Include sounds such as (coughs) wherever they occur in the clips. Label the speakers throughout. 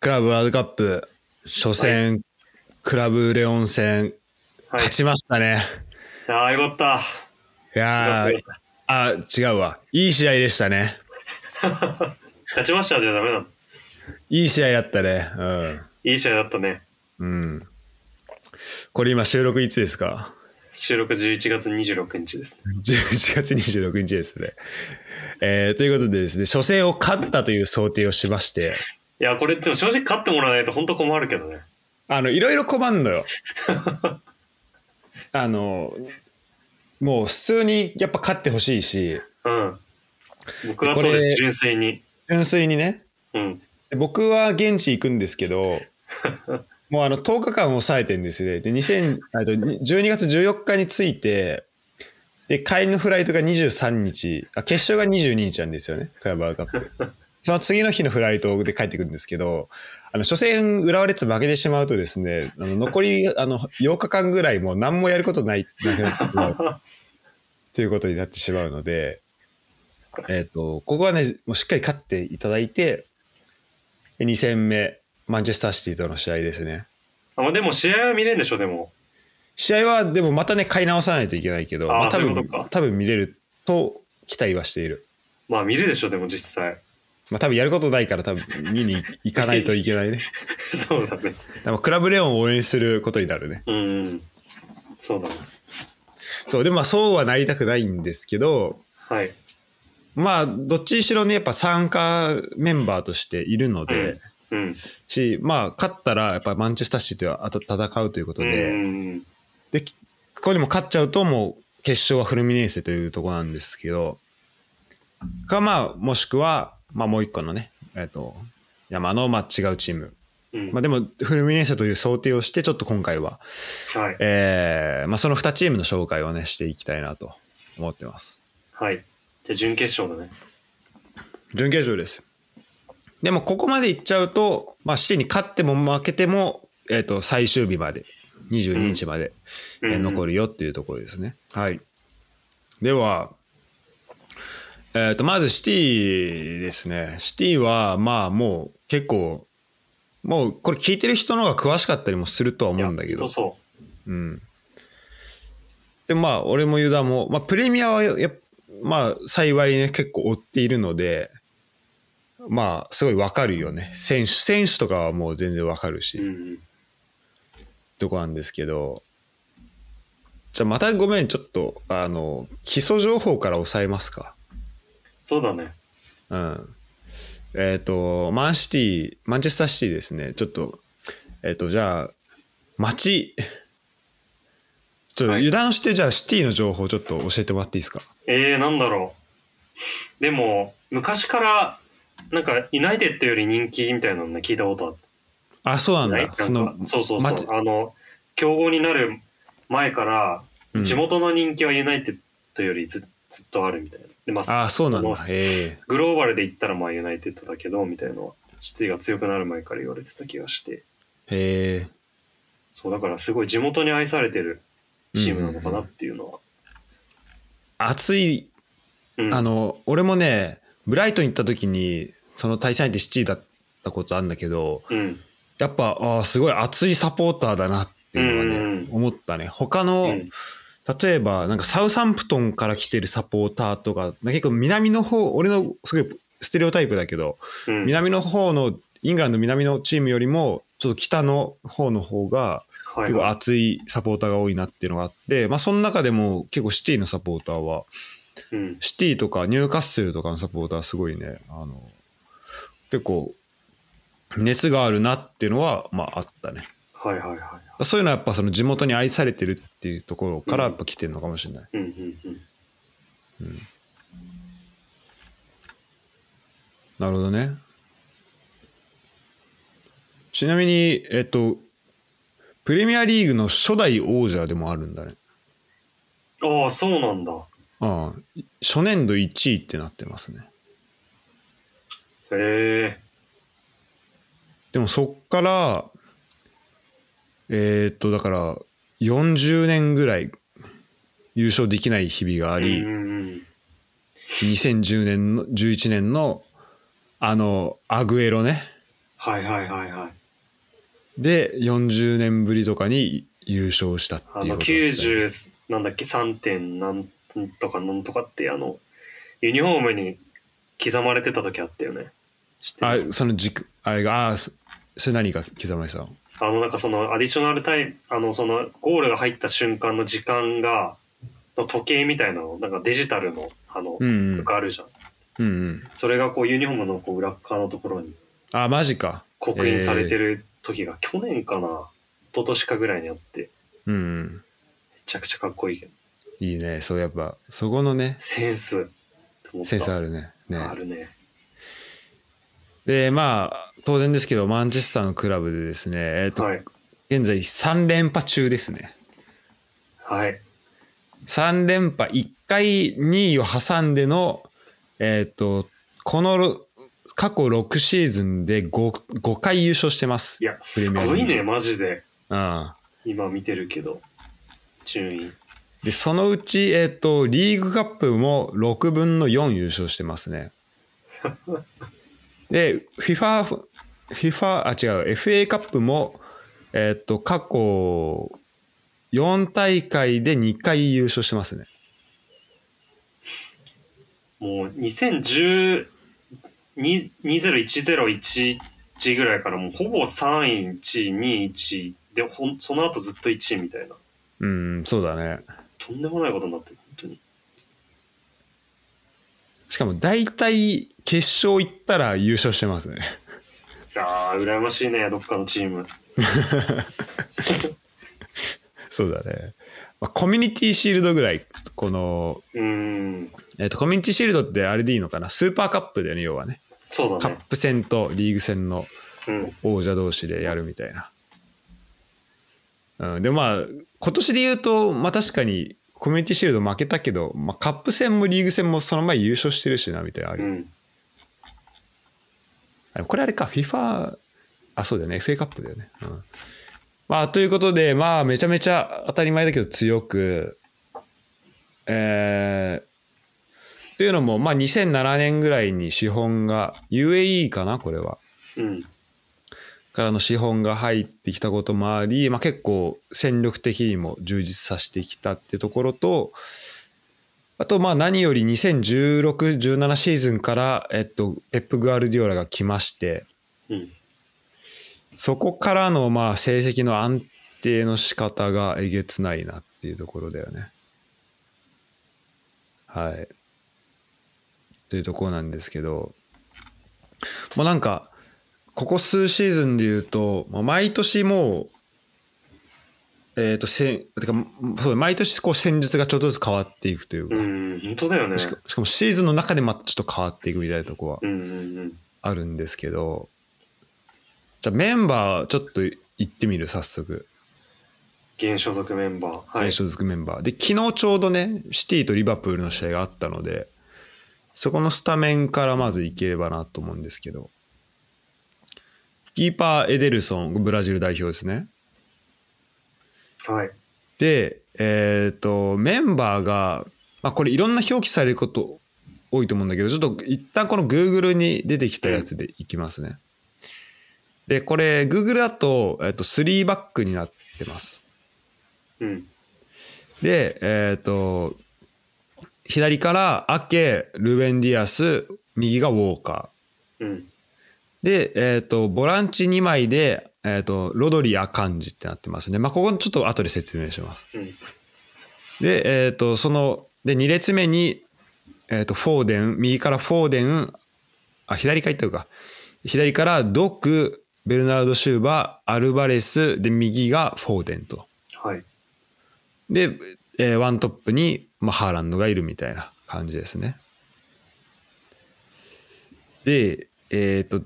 Speaker 1: クラブワールドカップ、初戦、クラブレオン戦、
Speaker 2: はい。
Speaker 1: 勝ちましたね。
Speaker 2: ああ、よかった。
Speaker 1: いやー
Speaker 2: よかっ
Speaker 1: あ、違うわ。いい試合でしたね。
Speaker 2: 勝ちましたじゃダメなの。
Speaker 1: いい試合だったね。
Speaker 2: いい試合だったね。
Speaker 1: うん。うん。これ今収録いつですか
Speaker 2: 収録11月26日ですね。
Speaker 1: 11月26日ですね。えーということでですね、初戦を勝ったという想定をしまして、
Speaker 2: いや、これでも正直勝ってもらわないと本当困るけどね。
Speaker 1: あの、いろいろ困ん
Speaker 2: (laughs)
Speaker 1: のよ。あの、もう普通にやっぱ勝ってほしいし、
Speaker 2: うん。僕はそうで
Speaker 1: これ
Speaker 2: す、純粋に。
Speaker 1: 純粋にね、
Speaker 2: うん。
Speaker 1: 僕は現地行くんですけど、もうあの10日間抑えてんですね。で、2000あと12月14日に着いて、で、帰りのフライトが23日、あ決勝が22日なんですよね、クラブワールドカップ。その次の日のフライトで帰ってくるんですけど、あの、初戦浦和レッズ負けてしまうとですね、あの残りあの8日間ぐらいもう何もやることない、なくなってしまうということになってしまうので、えっ、と、ここはね、もうしっかり勝っていただいて、2戦目、マンチェスターシティとの試合ですね。
Speaker 2: あまあ、でも試合は見れんでしょ、でも。
Speaker 1: 試合はでもまたね、買い直さないといけないけど、
Speaker 2: あー
Speaker 1: まあ、多
Speaker 2: そういう
Speaker 1: 分
Speaker 2: ことか
Speaker 1: 多分見れると期待はしている。
Speaker 2: まあ見るでしょ、でも実際。 (laughs)
Speaker 1: まあ多分やることないから多分見に行かないといけ
Speaker 2: (laughs)
Speaker 1: ないね。
Speaker 2: そうだね。
Speaker 1: でもクラブレオンを応援することになるね。
Speaker 2: うんうん。そうだね。
Speaker 1: そう、でもまあそうはなりたくないんですけど、
Speaker 2: はい。
Speaker 1: まあどっちにしろね、やっぱ参加メンバーとしているの
Speaker 2: う
Speaker 1: で、
Speaker 2: ん。うん。
Speaker 1: し、まあ勝ったらやっぱマンチェスターシティとはあと戦うということ
Speaker 2: うん
Speaker 1: で、
Speaker 2: うん。
Speaker 1: で、ここにも勝っちゃうと、もう決勝はフルミネーセというところなんですけど、か、まあ、もしくは、まあ、もう一個のね、えっ、と、山の、まあ、違うチーム。
Speaker 2: うん。
Speaker 1: まあ、でも、フルミネーセという想定をして、ちょっと今回は、
Speaker 2: はい。
Speaker 1: えー、まあ、その2チームの紹介をね、していきたいなと思ってます。
Speaker 2: はい。じゃあ準決勝だね。
Speaker 1: 準決勝です。でも、ここまでいっちゃうと、まあ、シティに勝っても負けても、えっ、と、最終日まで、22日まで、
Speaker 2: うん
Speaker 1: えー残
Speaker 2: り。
Speaker 1: るよっていうところですね。はい。では、えっ、と、まずシティですね。シティは、まあもう結構、もうこれ聞いてる人の方が詳しかったりもするとは思うんだけ
Speaker 2: いやほ
Speaker 1: ど
Speaker 2: と。そ
Speaker 1: うん。で、まあ俺もユダも、まあプレミアはやっぱまあ幸いね、結構追っているので、まあすごいわかるよね。選手、選手とかはもう全然わかるし。
Speaker 2: う。うん。
Speaker 1: とこなんですけどじゃあまたごめんちょっとあの基礎情報から押さえますか
Speaker 2: そうだね。
Speaker 1: うんえっ、とマンシティマンチェスターシティですねちょっとえっ、とじゃあ街ちょっと
Speaker 2: はい
Speaker 1: 油断して、じゃあシティの情報ちょっと教えてもらっていいですか
Speaker 2: ええー、なんだろう。でも、昔から、なんか、ユナイテッドより人気みたいなのね、聞いたことあっ
Speaker 1: あそうな
Speaker 2: た。
Speaker 1: んだ、
Speaker 2: ないなんか
Speaker 1: その
Speaker 2: そうそうそ
Speaker 1: 街
Speaker 2: う。あの、競合になる前から、
Speaker 1: うん
Speaker 2: 地元の人気はユナイテッドよりずずっとあるみたいな。で、まあ、
Speaker 1: あそうなんだ
Speaker 2: まあ
Speaker 1: へえ
Speaker 2: グローバルで言ったら、まあ、ユナイテッドだけど、みたいなのは、シティが強くなる前から言われてた気がし
Speaker 1: へ
Speaker 2: て。
Speaker 1: え
Speaker 2: そう、だからすごい地元に愛されてるチームなのかなっていうのは。
Speaker 1: 熱い
Speaker 2: うん
Speaker 1: あの俺もねブライトン行った時にその対戦相手シティだったことあるんだけど
Speaker 2: うん。
Speaker 1: やっぱあーすごい熱いサポーターだなっていうのはね、
Speaker 2: うんうん
Speaker 1: 思ったね他の、
Speaker 2: うん
Speaker 1: 例えばなんかサウサンプトンから来てるサポーターとか結構南の方俺のすごいステレオタイプだけど、
Speaker 2: うん。
Speaker 1: 南の方のイングランド南のチームよりもちょっと北の方の方が
Speaker 2: はい
Speaker 1: 結構
Speaker 2: はい、
Speaker 1: 熱いサポーターが多いなっていうのがあって、まあ、その中でも結構シティのサポーターは
Speaker 2: うん。
Speaker 1: シティとかニューカッスルとかのサポーターすごいね、あの、結構、熱があるなっていうのは、まああったね。
Speaker 2: はいはいはい。
Speaker 1: そういうのはやっぱその地元に愛されてるっていうところから
Speaker 2: う
Speaker 1: や
Speaker 2: ん
Speaker 1: っぱ来てるのかもしれない。
Speaker 2: うんうんうん。
Speaker 1: なるほどね。ちなみに、えっと、プレミアリーグの初代王者でもあるんだね。
Speaker 2: ああ、そうなんだ。
Speaker 1: ああ、初年度1位ってなってますね。
Speaker 2: へえ。
Speaker 1: でもそっから、えーっと、だから、40年ぐらい優勝できない日々があり、
Speaker 2: うんうん
Speaker 1: 2010年の、11年の、あの、アグエロね。
Speaker 2: はいはいはいはい。
Speaker 1: で、40年ぶりとかに優勝したっていうこと
Speaker 2: あ
Speaker 1: だ
Speaker 2: の、
Speaker 1: ったよね
Speaker 2: 90、なんだっけ、3点なんとかなんとかって、あの、ユニフォームに刻まれてた時あったよね。知ってる
Speaker 1: あ、その軸、あれが、あ、そそれ何が刻まれてたの
Speaker 2: あの、なんかその、アディショナルタイム、あの、その、ゴールが入った瞬間の時間が、の時計みたいなの、なんかデジタルの、あの、
Speaker 1: うんうん。
Speaker 2: があるじゃ
Speaker 1: う
Speaker 2: ん。
Speaker 1: んうん。
Speaker 2: それがこう、ユニフォームのこう裏っ側のところに
Speaker 1: あ、マジか。
Speaker 2: 刻印されてる時が、去年かな、一昨年かぐらいにあって、
Speaker 1: うんうん。
Speaker 2: めちゃくちゃかっこいいけど、
Speaker 1: いいね。そう、やっぱ、そこのね、
Speaker 2: センス、
Speaker 1: センスあ
Speaker 2: る
Speaker 1: るね。ね。
Speaker 2: あるね。
Speaker 1: で、まあ、当然ですけど、マンチェスターのクラブでですね、えっ、と、
Speaker 2: はい。
Speaker 1: 現在3連覇中ですね。
Speaker 2: はい。
Speaker 1: 3連覇1回2位を挟んでの、えっ、と、このろ過去6シーズンで 5, 5回優勝してます。
Speaker 2: いや、
Speaker 1: プレ
Speaker 2: す
Speaker 1: ミアリーグ
Speaker 2: ごいね、マジで。
Speaker 1: うん。
Speaker 2: 今見てるけど、順位。
Speaker 1: で、そのうち、えっ、と、リーグカップも6分の4優勝してますね。で、FIFA、FIFA、あ、違う、FA カップも、えっ、と、過去4大会で2回優勝してますね。
Speaker 2: もう2010、に20101ぐらいからもうほぼ3位、1位、2位、1位で、ほんその後ずっと1位みたいな。
Speaker 1: うん、そうだね。
Speaker 2: とんでもないことになってる、本当に。
Speaker 1: しかも、大体、決勝行ったら優勝してますね。 (laughs)
Speaker 2: ああ、羨ましいね、どっかのチーム。
Speaker 1: そうだね。まあ、コミュニティシールドぐらい、この、
Speaker 2: うーん、
Speaker 1: えっ、と、コミュニティシールドってあれでいいのかなスーパーカップだよね、要はね。
Speaker 2: そう
Speaker 1: カ
Speaker 2: だ
Speaker 1: ッ
Speaker 2: ね。
Speaker 1: プ戦とリーグ戦の
Speaker 2: うん、
Speaker 1: 王者同士でやるみたいな。うん、でまあ今年で言うと、まあ、確かにコミュニティシールド負けたけど、まあ、カップ戦もリーグ戦もその前優勝してるしなみたいなのあ
Speaker 2: う
Speaker 1: る、
Speaker 2: ん。
Speaker 1: あこれあれか FIFA あそうだよね FA カップだよね、うんまあ、ということで、まあ、めちゃめちゃ当たり前だけど強くえー、というのも、まあ、2007年ぐらいに資本が UAE かなこれは
Speaker 2: うん、
Speaker 1: からの資本が入ってきたこともあり、まあ、結構戦力的にも充実させてきたってところとあとまあ何より201617シーズンから、えっと、ペップ・グアルディオラが来まして
Speaker 2: うん。
Speaker 1: そこからのまあ成績の安定の仕方がえげつないなっていうところだよね。はい。というところなんですけど、もうなんか、ここ数シーズンで言うと、まあ毎年もう、えっ、と、せん、てか、そうだ毎年こう戦術がちょっとずつ変わっていくというか、
Speaker 2: うん、本当だよね。
Speaker 1: しかしかもシーズンの中でまたちょっと変わっていくみたいなとこは
Speaker 2: うん、うん、うん。
Speaker 1: あるんですけどじゃあメンバーちょっと言ってみる早速
Speaker 2: 現所属メンバー。はい
Speaker 1: 大。所属メンバー、で昨日ちょうどねシティとリバプールの試合があったのでそこのスタメンからまずいければなと思うんですけどキーパーエデルソンブラジル代表ですね
Speaker 2: はい。
Speaker 1: でえっ、とメンバーが、まあ、これいろんな表記されること多いと思うんだけどちょっと一旦この Google に出てきたやつでいきますね、でこれ Google だと,、えっと3バックになってます
Speaker 2: うん、
Speaker 1: でえっ、と左からアケルベン・ディアス右がウォーカ
Speaker 2: うん、
Speaker 1: ーでえっ、とボランチ2枚で、えっとロドリア・カンジってなってますねまあここちょっと後で説明します
Speaker 2: うん、
Speaker 1: で、えっ、と、その、で、2列目に、えっ、と、フォーデン、右からフォーデン、あ、左から行ったのか。左からドク、ベルナルド・シューバー、アルバレス、で、右がフォーデンと。
Speaker 2: はい。
Speaker 1: で、えーワントップに、まあ、ハーランドがいるみたいな感じですね。で、えっ、と、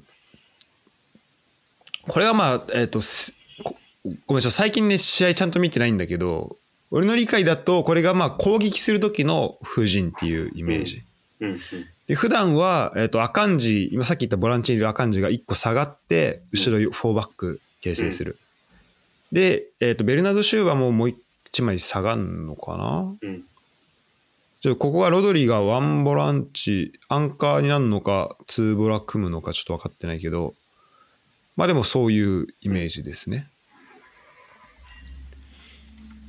Speaker 1: これはまあ、えっ、と、すごごめんなさい、最近ね、試合ちゃんと見てないんだけど、俺の理解だと、これがまあ攻撃する時の布陣っていうイメージ。
Speaker 2: うん、うん、
Speaker 1: で普段は、えっとアカンジ今さっき言ったボランチにいるアカンジが1個下がって後ろ4バック形成する、で、えっとベルナード・シューはもうもう1枚下がんのかな
Speaker 2: うん。
Speaker 1: ちょっとここはロドリがワンボランチアンカーになるのかツーボラ組むのかちょっと分かってないけどまあでもそういうイメージですね。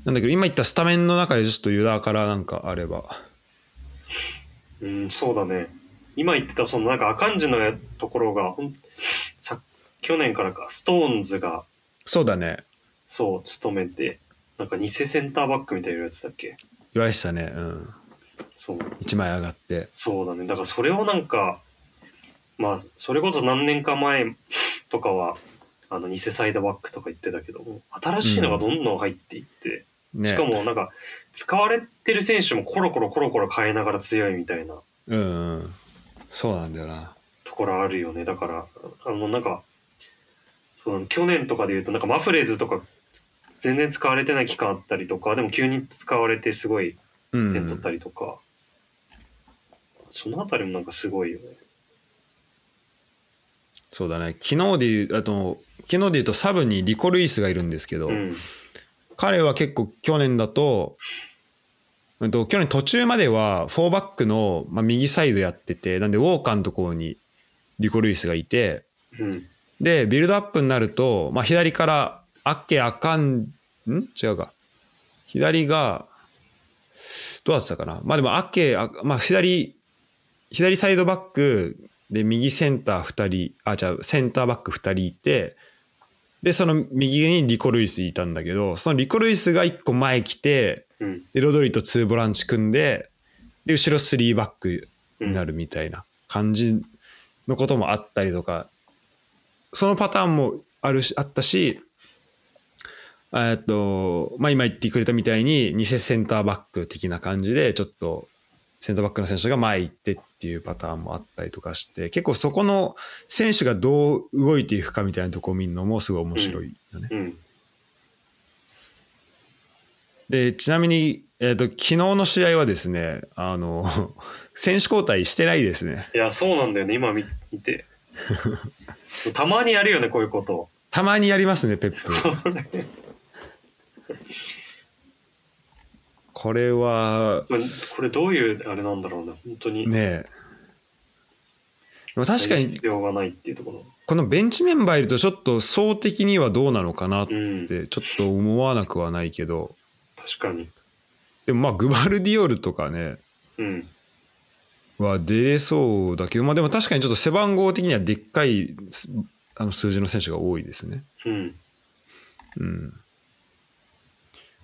Speaker 1: なんだけど、今言ったスタメンの中でちょっとユダからなんかあれば。
Speaker 2: うん、そうだね。今言ってた、そのなんか、アカンジのやところが、ほんさ去年からか、ストーンズが、
Speaker 1: そうだね。
Speaker 2: そう、務めて、なんか、偽センターバックみたいなやつだっけ
Speaker 1: 言われてたね。うん。
Speaker 2: そう、
Speaker 1: 1枚上がって。
Speaker 2: そうだね。だから、それをなんか、まあ、それこそ何年か前とかは、あの、偽サイドバックとか言ってたけども、新しいのがどんどん入っていって、
Speaker 1: ね。
Speaker 2: しかもなんか、使われてる選手もコロコロコロコロ変えながら強いみたいな。
Speaker 1: うん、うん。そうなんだよな。
Speaker 2: ところあるよねだからあのなんかそう去年とかで言うとなんかマフレーズとか全然使われてない期間あったりとかでも急に使われてすごい
Speaker 1: うん。
Speaker 2: 点取ったりとか、そのあたりもなんかすごいよね
Speaker 1: そうだね。昨日で言う、あと、昨日で言うとサブにリコ・ルイスがいるんですけど、
Speaker 2: うん
Speaker 1: 彼は結構去年だと、うんと、去年途中までは4バックの、まあ、右サイドやってて、なんでウォーカーのところにリコ・ルイスがいて、
Speaker 2: うん
Speaker 1: で、ビルドアップになると、まあ、左から、アッケ、アカン、ん違うか。左が、どうだったかな。まあでも、アッケ、あまあ、左、左サイドバックで、右センター2人、あ、じゃあ、センターバック2人いて、で、その右にリコ・ルイスいたんだけど、そのリコ・ルイスが1個前来て、
Speaker 2: うん
Speaker 1: で、ロドリと2ボランチ組んで、で、後ろ3バック
Speaker 2: うん
Speaker 1: になるみたいな感じのこともあったりとか、そのパターンもあるし、あったし、えっと、まあ今言ってくれたみたいに、偽センターバック的な感じで、ちょっとセンターバックの選手が前行ってっていうパターンもあったりとかして、結構そこの選手がどう動いていくかみたいなとこを見るのもすごい面白いよね。
Speaker 2: うん
Speaker 1: で、ちなみに、えっ、と、昨日の試合はですね、あの、 (laughs) 選手交代してないですね。
Speaker 2: いやそうなんだよね今見
Speaker 1: (laughs)
Speaker 2: 見てたまにやるよねこういうこと
Speaker 1: たまにやりますね、ペップ。これは、
Speaker 2: まあこれどういうあれなんだろうね本当に、
Speaker 1: ねえ。でも確かに、
Speaker 2: 必要がないっていうところ
Speaker 1: このベンチメンバーいると、ちょっと総的にはどうなのかなっ
Speaker 2: うん
Speaker 1: て、ちょっと思わなくはないけど、
Speaker 2: 確かに
Speaker 1: でもまあ、グバルディオルとかね、
Speaker 2: うん
Speaker 1: は出れそうだけど、まあでも確かにちょっと背番号的にはでっかいすあの数字の選手が多いですね。
Speaker 2: うん
Speaker 1: うん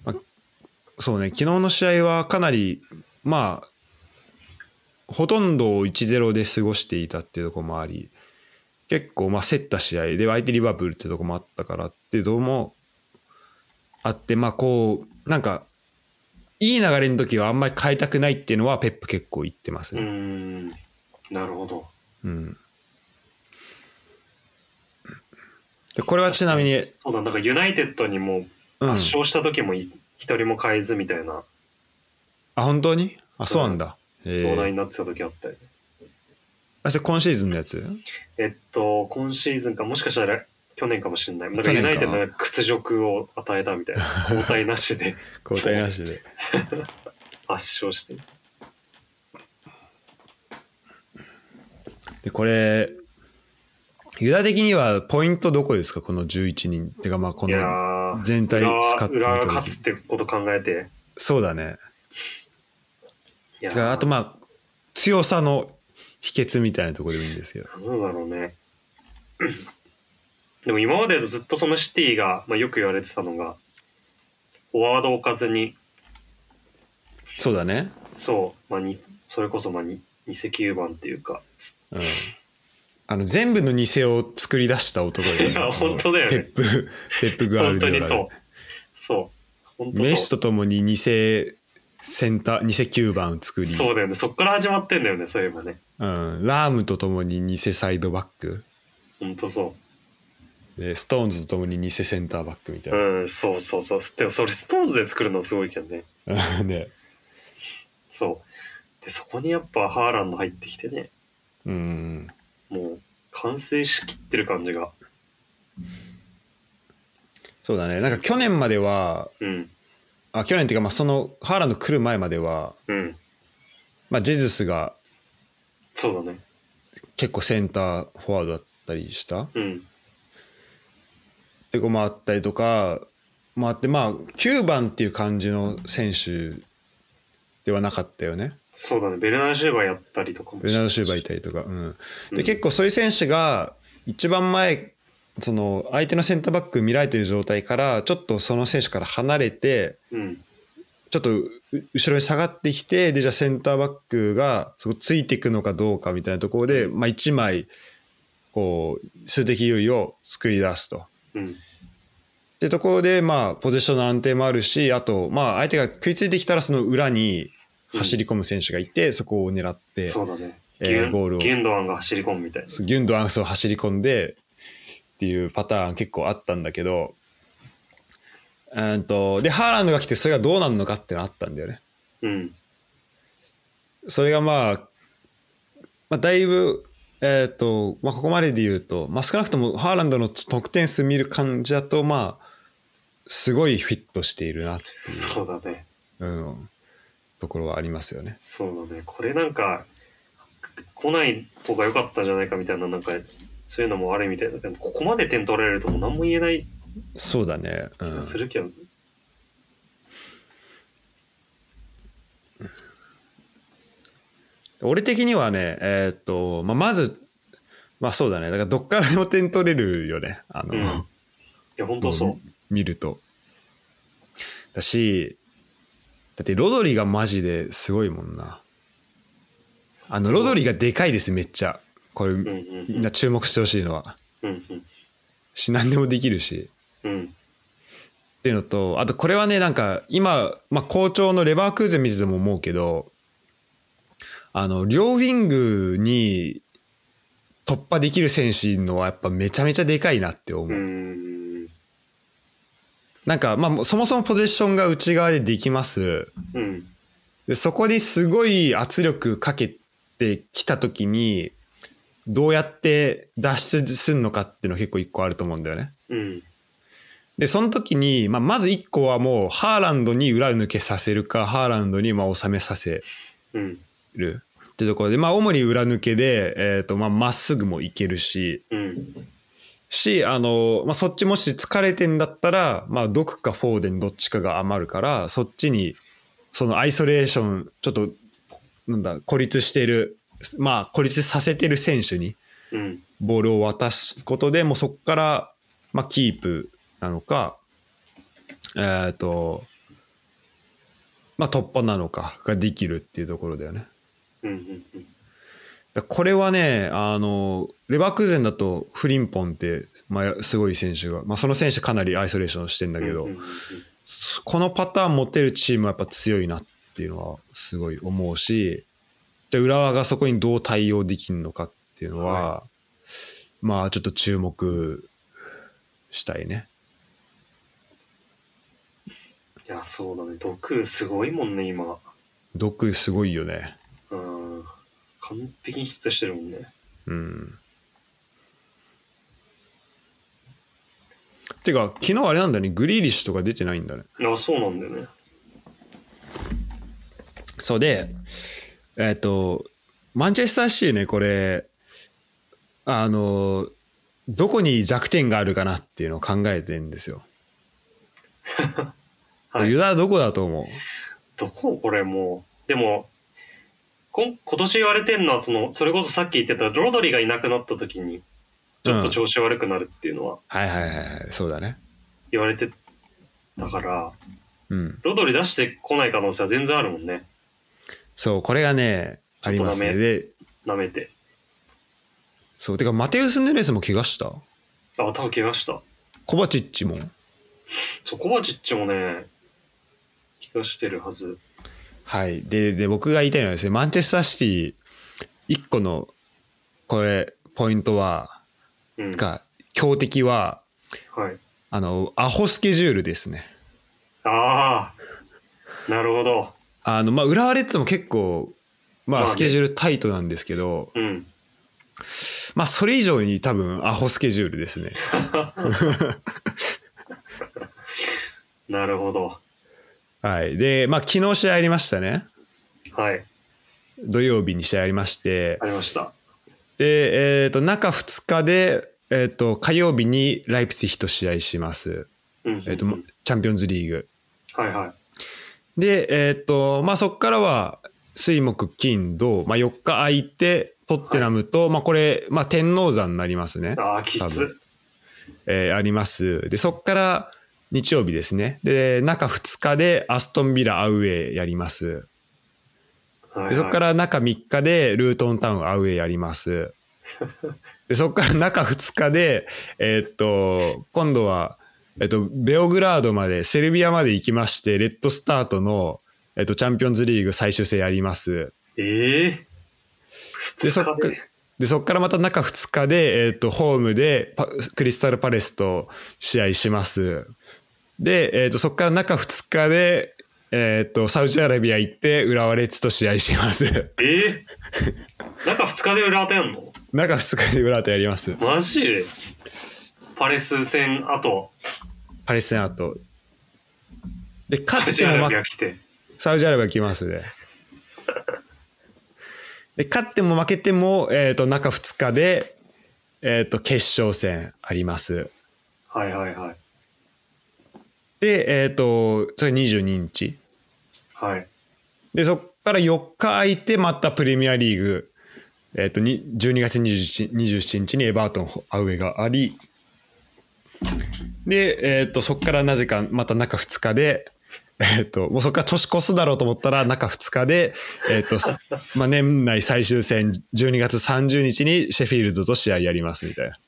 Speaker 1: まあ、そうね、昨日の試合はかなり、まあ、ほとんどを1-0で過ごしていたっていうところもあり、結構、まあ、競った試合で、相手リバプールっていうところもあったからって、どうもあって、まあ、こう、なんか、いい流れの時はあんまり変えたくないっていうのは、ペップ結構言ってます
Speaker 2: うー
Speaker 1: ね。
Speaker 2: んなるほど。
Speaker 1: うんでこれはちなみに、
Speaker 2: そうだ、なんかユナイテッドにも
Speaker 1: うん、
Speaker 2: 圧勝した時もい一人も変えずみたいな
Speaker 1: あ、本当にあ、そうなんだ。え
Speaker 2: 相談になってた時あったよね。
Speaker 1: あ、それ今シーズンのやつ
Speaker 2: えっと、今シーズンか、もしかしたら去年かもしれない。なんか
Speaker 1: 去
Speaker 2: ユ
Speaker 1: 年か
Speaker 2: ナイテッドが屈辱を与え
Speaker 1: (laughs)
Speaker 2: たみたいな。交代なしで (laughs)
Speaker 1: 交代なしで。
Speaker 2: 圧勝して。
Speaker 1: で、これ、ユダ的にはポイントどこですかこの11人。てか、まあ、こ
Speaker 2: いや
Speaker 1: の
Speaker 2: ー
Speaker 1: 全体
Speaker 2: 裏
Speaker 1: スカッと見
Speaker 2: 裏
Speaker 1: た
Speaker 2: が勝つ
Speaker 1: 時
Speaker 2: ってこと考えて。
Speaker 1: そうだね。
Speaker 2: いや
Speaker 1: てか、あとまあ、強さの秘訣みたいなところでもいいんですけど。
Speaker 2: どうだろうね。でも今までずっとそのシティが、まあ、よく言われてたのが、フォワード置かずに、
Speaker 1: そうだね。
Speaker 2: そう、まあ、にそれこそまあに偽9番っていうか、す
Speaker 1: うん。あの、全部の偽を作り出した男だよね。
Speaker 2: いや本当だよね
Speaker 1: ペップ、ペップグア
Speaker 2: 本
Speaker 1: ルデ
Speaker 2: 当
Speaker 1: ィオラ
Speaker 2: に
Speaker 1: ね
Speaker 2: そう。そう。本
Speaker 1: メッシ
Speaker 2: 当そ
Speaker 1: とともに偽センター、偽9番を作
Speaker 2: う。
Speaker 1: り。
Speaker 2: そうだよね。そっから始まってんだよね、そういえばね。
Speaker 1: うん、ラームと共に偽サイドバック
Speaker 2: 本当そ。
Speaker 1: でストーンズと共に偽センターバックみたいうな、
Speaker 2: うん、そうそうそう。でもそれストーンズで作るのすごいけどね。
Speaker 1: (laughs) ね
Speaker 2: そう。で、そこにやっぱハーランド入ってきてね、
Speaker 1: うん
Speaker 2: もう完成しきってる感じが。
Speaker 1: そうだねなんか去年までは
Speaker 2: うん、
Speaker 1: あ去年っていうか、まあ、そのハーランド来る前までは、
Speaker 2: うん。
Speaker 1: まあ、ジェズスが
Speaker 2: そうだね。
Speaker 1: 結構センターフォワードだったりした
Speaker 2: うん。
Speaker 1: てこ回ったりとか回ってまあ9番っていう感じの選手ではなかったよね
Speaker 2: そうだね、ベルナード・シューバーやったりとかも
Speaker 1: ベルナード・シューバーい
Speaker 2: て。
Speaker 1: たりとか、うん、
Speaker 2: う
Speaker 1: で
Speaker 2: ん
Speaker 1: 結構そういう選手が一番前その相手のセンターバック見られてる状態からちょっとその選手から離れて
Speaker 2: うん。
Speaker 1: ちょっとう後ろに下がってきてでじゃあセンターバックがそこついていくのかどうかみたいなところで、まあ、1枚こう数的優位を作り出すと。
Speaker 2: うん。
Speaker 1: ってところで、まあ、ポジションの安定もあるし、あと、まあ、相手が食いついてきたら、その裏に走り込む選手がいて、そこを狙って、
Speaker 2: そうだね。
Speaker 1: えー
Speaker 2: ギュン
Speaker 1: ゴールを
Speaker 2: ギュンドアンが走り込むみたいな。
Speaker 1: ギュンドアンスを走り込んでっていうパターン結構あったんだけど、うんと、で、ハーランドが来て、それがどうなるのかっていうのあったんだよね。
Speaker 2: うん。
Speaker 1: それがまあ、まあ、だいぶ、えっ、と、まあ、ここまでで言うと、まあ、少なくともハーランドの得点数見る感じだと、まあ、すごいフィットしているなっていう
Speaker 2: そうだね。
Speaker 1: うん、ところはありますよね。
Speaker 2: そうだね。これなんか、来ない方が良かったんじゃないかみたいな、なんか、そういうのもあるみたいだけど、ここまで点取られるともう何も言えない
Speaker 1: そうだね。う
Speaker 2: 気
Speaker 1: ん
Speaker 2: が、するけど、
Speaker 1: 俺的にはね、えーっと、まあ、まず、まあそうだね。だからどっからでも点取れるよね。あの、
Speaker 2: うんいや、本当そう。
Speaker 1: 見ると。だし、だってロドリがマジですごいもんな。あの、ロドリがでかいです、めっちゃ。これ、
Speaker 2: うんう
Speaker 1: みん
Speaker 2: ん
Speaker 1: な注目してほしいのは。
Speaker 2: うん。うん
Speaker 1: し、何でもできるし。
Speaker 2: うん。うん。
Speaker 1: っていうのとあとこれはねなんか今、まあ、好調のレバークーゼン見てても思うけどあの両ウィングに突破できる選手のはやっぱめちゃめちゃでかいなって思う、
Speaker 2: うん。
Speaker 1: なんかまあそもそもポジションが内側でできます
Speaker 2: うん。
Speaker 1: でそこにすごい圧力かけてきた時にどうやって脱出するのかっていうの結構一個あると思うんだよね
Speaker 2: うん。
Speaker 1: で、その時に、まあ、まず1個はもう、ハーランドに裏抜けさせるか、ハーランドにまあ収めさせ
Speaker 2: うん。
Speaker 1: るっていうところで、まあ、主に裏抜けで、えっ、と、まあ、まっすぐもいけるし、
Speaker 2: うん。
Speaker 1: し、あの、まあ、そっちもし疲れてんだったら、まあ、ドクかフォーデンどっちかが余るから、そっちに、そのアイソレーション、ちょっと、なんだ、孤立してる、まあ、孤立させてる選手に、
Speaker 2: うん。
Speaker 1: ボールを渡すことでもうそこから、まあ、キープなのか、えーとまあ、突破なのかができるっていうところだよね。
Speaker 2: うん。うん。うん
Speaker 1: だこれはねあのレバークーゼンだとフリンポンって、まあ、すごい選手が、まあ、その選手かなりアイソレーションしてんだけど、
Speaker 2: うんうんうん
Speaker 1: このパターン持てるチームはやっぱ強いなっていうのはすごい思うし、じゃあ浦和がそこにどう対応できるのかっていうのは、まあちょっと注目したいね。
Speaker 2: いや、そうだね。毒すごいもんね、今。
Speaker 1: 毒すごいよね。
Speaker 2: うん。完璧にヒットしてるもんね。
Speaker 1: うん。てか、昨日あれなんだね、グリーリッシュとか出てないんだね。
Speaker 2: あ、そうなんだよね。
Speaker 1: そうで、えっ、と、マンチェスターシティね、これ、あの、どこに弱点があるかなっていうのを考えてんですよ。
Speaker 2: (laughs) はい
Speaker 1: ユダはどこだと思う
Speaker 2: どここれもう。でも、こん今年言われてんのは、その、それこそさっき言ってたロドリがいなくなった時に、ちょっと調子悪くなるっていうのは
Speaker 1: はいはいはいはい、そうだね。
Speaker 2: 言われてたから、
Speaker 1: うん。
Speaker 2: ロドリ出してこない可能性は全然あるもんね。
Speaker 1: そう、これがね、ありますね。
Speaker 2: ちょっとダ
Speaker 1: で、
Speaker 2: メ舐めて。
Speaker 1: そう、てか、マテウス・ヌネスも怪我した
Speaker 2: あ、多分怪我した。
Speaker 1: コバチッチも。
Speaker 2: そう、コバチッチもね、怪我してるはず。
Speaker 1: はい。で、で、僕が言いたいのはですね、マンチェスターシティ、一個の、これ、ポイントは、
Speaker 2: うん。は
Speaker 1: が、強敵は、
Speaker 2: い。
Speaker 1: あの、アホスケジュールですね。
Speaker 2: ああ、なるほど。
Speaker 1: あの、まあ、浦和レッズも結構、ま
Speaker 2: ま
Speaker 1: あ、
Speaker 2: あね
Speaker 1: スケジュールタイトなんですけど、
Speaker 2: うん。
Speaker 1: まあ、それ以上に多分、アホスケジュールですね。
Speaker 2: なるほど。
Speaker 1: はい。で、まあ、昨日試合ありましたね。
Speaker 2: はい。
Speaker 1: 土曜日に試合ありまして
Speaker 2: あ、りました。
Speaker 1: で、えっ、と、中2日で、えっ、と、火曜日にライプツィヒと試合します。
Speaker 2: うん。
Speaker 1: えっ、と
Speaker 2: うん、
Speaker 1: チャンピオンズリーグ。
Speaker 2: はいはい。
Speaker 1: で、えっ、と、まあ、そこからは、水木、金、土、まあ、4日空いて、トッテナムと、まあ、これ、まあ、天王山になりますね。
Speaker 2: ああ、きつ。
Speaker 1: えーあります。で、そこから日曜日ですね。で、中2日でアストンビラアウェイやります。
Speaker 2: はいは
Speaker 1: で、
Speaker 2: い
Speaker 1: そこから中3日でルートンタウンアウェイやります。で、そこから中2日で、えーっと、今度は、えっと、ベオグラードまで、セルビアまで行きまして、レッドスタートの、えっと、チャンピオンズリーグ最終戦やります。
Speaker 2: ええ
Speaker 1: で、
Speaker 2: 二
Speaker 1: そっか
Speaker 2: 日で。
Speaker 1: で、そっからまた中2日で、えっ、と、ホームでパクリスタルパレスと試合します。で、えっ、と、そっから中2日で、えっ、と、サウジアラビア行って、浦和レッズと試合します。 (laughs)
Speaker 2: ええなんか二日で裏当てやんの
Speaker 1: 中2日で浦和とやります。
Speaker 2: マジでパレス戦あと、
Speaker 1: パレス戦後。で、勝
Speaker 2: サ
Speaker 1: っ
Speaker 2: ウジ
Speaker 1: て
Speaker 2: ア
Speaker 1: も
Speaker 2: ラ
Speaker 1: ま
Speaker 2: ビア来て。
Speaker 1: サウジアラビア来ますね。で、勝っても負けても、えっ、と、中2日で、えっ、と、決勝戦あります。
Speaker 2: はいはいはい。
Speaker 1: で、えっ、と、それ22日。
Speaker 2: はい。
Speaker 1: で、そこから4日空いて、またプレミアリーグ、えっ、と、に12月27 27日にエバートンアウェイがあり、で、えっ、と、そこからなぜか、また中2日で、えっ、と、もうそこから年越すだろうと思ったら、中2日で、えっ、と、すまあ、年内最終戦、12月30日にシェフィールドと試合やりますみたいな。
Speaker 2: い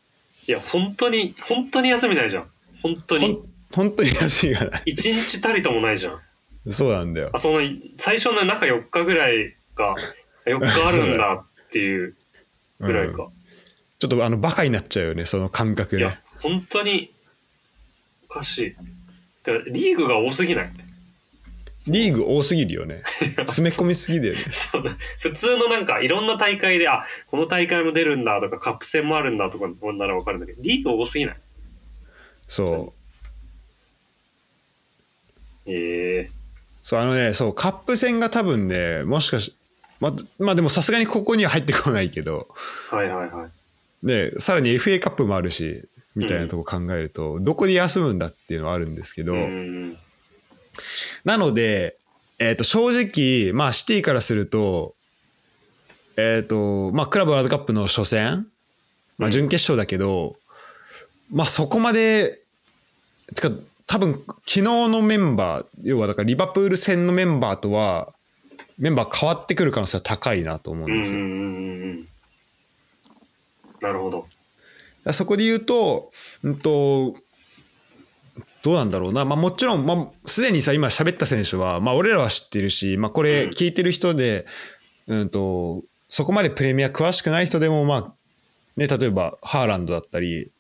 Speaker 2: や、本当に、本当に休みないじゃん。本当
Speaker 1: ほ
Speaker 2: に
Speaker 1: ん。 (laughs) 本当に安いがない。
Speaker 2: 一日たりともないじゃん。
Speaker 1: そうなんだよ
Speaker 2: あ。その、最初の中4日ぐらいが、4日あるんだっていうぐらい
Speaker 1: うん
Speaker 2: か。
Speaker 1: ちょっとあの、バカになっちゃうよね、その感覚
Speaker 2: いや
Speaker 1: ね。、
Speaker 2: 本当に、おかしい。だからリーグが多すぎない。 (laughs)
Speaker 1: リーグ多すぎるよ (laughs) ね。詰め込みすぎだよね。
Speaker 2: そうだ普通のなんかいろんな大会であこの大会も出るんだとかカップ戦もあるんだとかなら分かるんだけどリーグ多すぎない
Speaker 1: そう。
Speaker 2: ええ
Speaker 1: そう、あのね、そう、カップ戦が多分ね、もしかし、ま、まあでもさすがにここには入ってこないけど、
Speaker 2: はいはいはい
Speaker 1: ね、さらに FA カップもあるし、みたいなとこ考えると、どこで休むんだっていうのはあるんですけど、
Speaker 2: うん
Speaker 1: なので、えっ、と、正直、まあシティからすると、えっ、と、まあクラブワールドカップの初戦、ま
Speaker 2: う
Speaker 1: あ
Speaker 2: ん
Speaker 1: 準決勝だけど、まあそこまで、てか多分昨日のメンバー、要はだからリバプール戦のメンバーとは、メンバー変わってくる可能性は高いなと思う
Speaker 2: うんん
Speaker 1: で
Speaker 2: う
Speaker 1: すよ。だか
Speaker 2: んうんなるほど
Speaker 1: らそこで言うと、うんと、どうなんだろうな、まあ、もちろん、まあ、すでにさ今喋った選手は、まあ、俺らは知ってるし、まあ、これ
Speaker 2: うん
Speaker 1: 聞いてる人で、うん、とそこまでプレミア詳しくない人でも、まあね、例えばハーランドだったり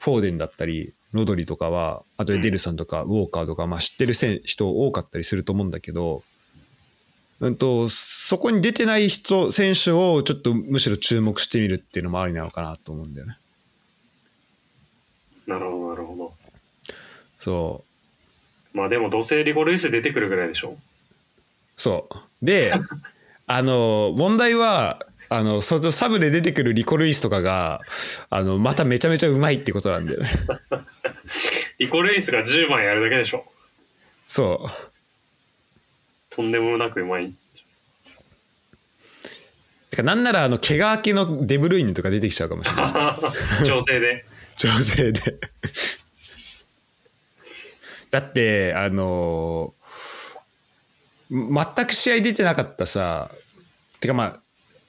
Speaker 1: フォーデンだったりロドリとかはあとエデルソンとかウォーカーとか、まあ、知ってる選人多かったりすると思うんだけど、うん、とそこに出てない人選手をちょっとむしろ注目してみるっていうのもありなのかなと思うんだよね。
Speaker 2: なるほどなるほど
Speaker 1: そう
Speaker 2: まあでもどうせリゴレース出てくるぐらいでしょ (laughs)
Speaker 1: そう。で、あの、問題は、あの、そのサブで出てくるリコ・ルイスとかが、あの、まためちゃめちゃうまいってことなんだよね。
Speaker 2: リコレースが10番やるだけでしょ
Speaker 1: そう。
Speaker 2: とんでもなくうまい
Speaker 1: てか、なんなら、あの、怪我明けのデブルイネとか出てきちゃうかもしれない。
Speaker 2: 調
Speaker 1: (laughs)
Speaker 2: 整で
Speaker 1: 調整で。だって、あの、全く試合出てなかったさ、てかまあ、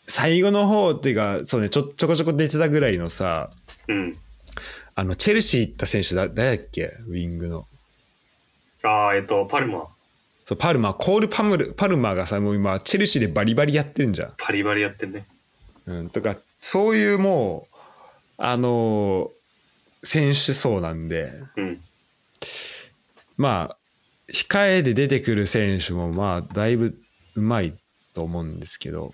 Speaker 1: 最後の方っていうか、そうね、ちょ、ちょこちょこ出てたぐらいのさ、
Speaker 2: うん
Speaker 1: あの、チェルシー行った選手だ、誰だっけウィングの。
Speaker 2: ああえっとパルマ
Speaker 1: そうパルマー、コールパムル、パルマーがさ、もう今、チェルシーでバリバリやってるんじゃん。
Speaker 2: バリバリやってんね
Speaker 1: うん、とか、そういうもう、あのー選手層なんで、
Speaker 2: うん
Speaker 1: まあ、控えで出てくる選手も、まあ、だいぶうまいと思うんですけど、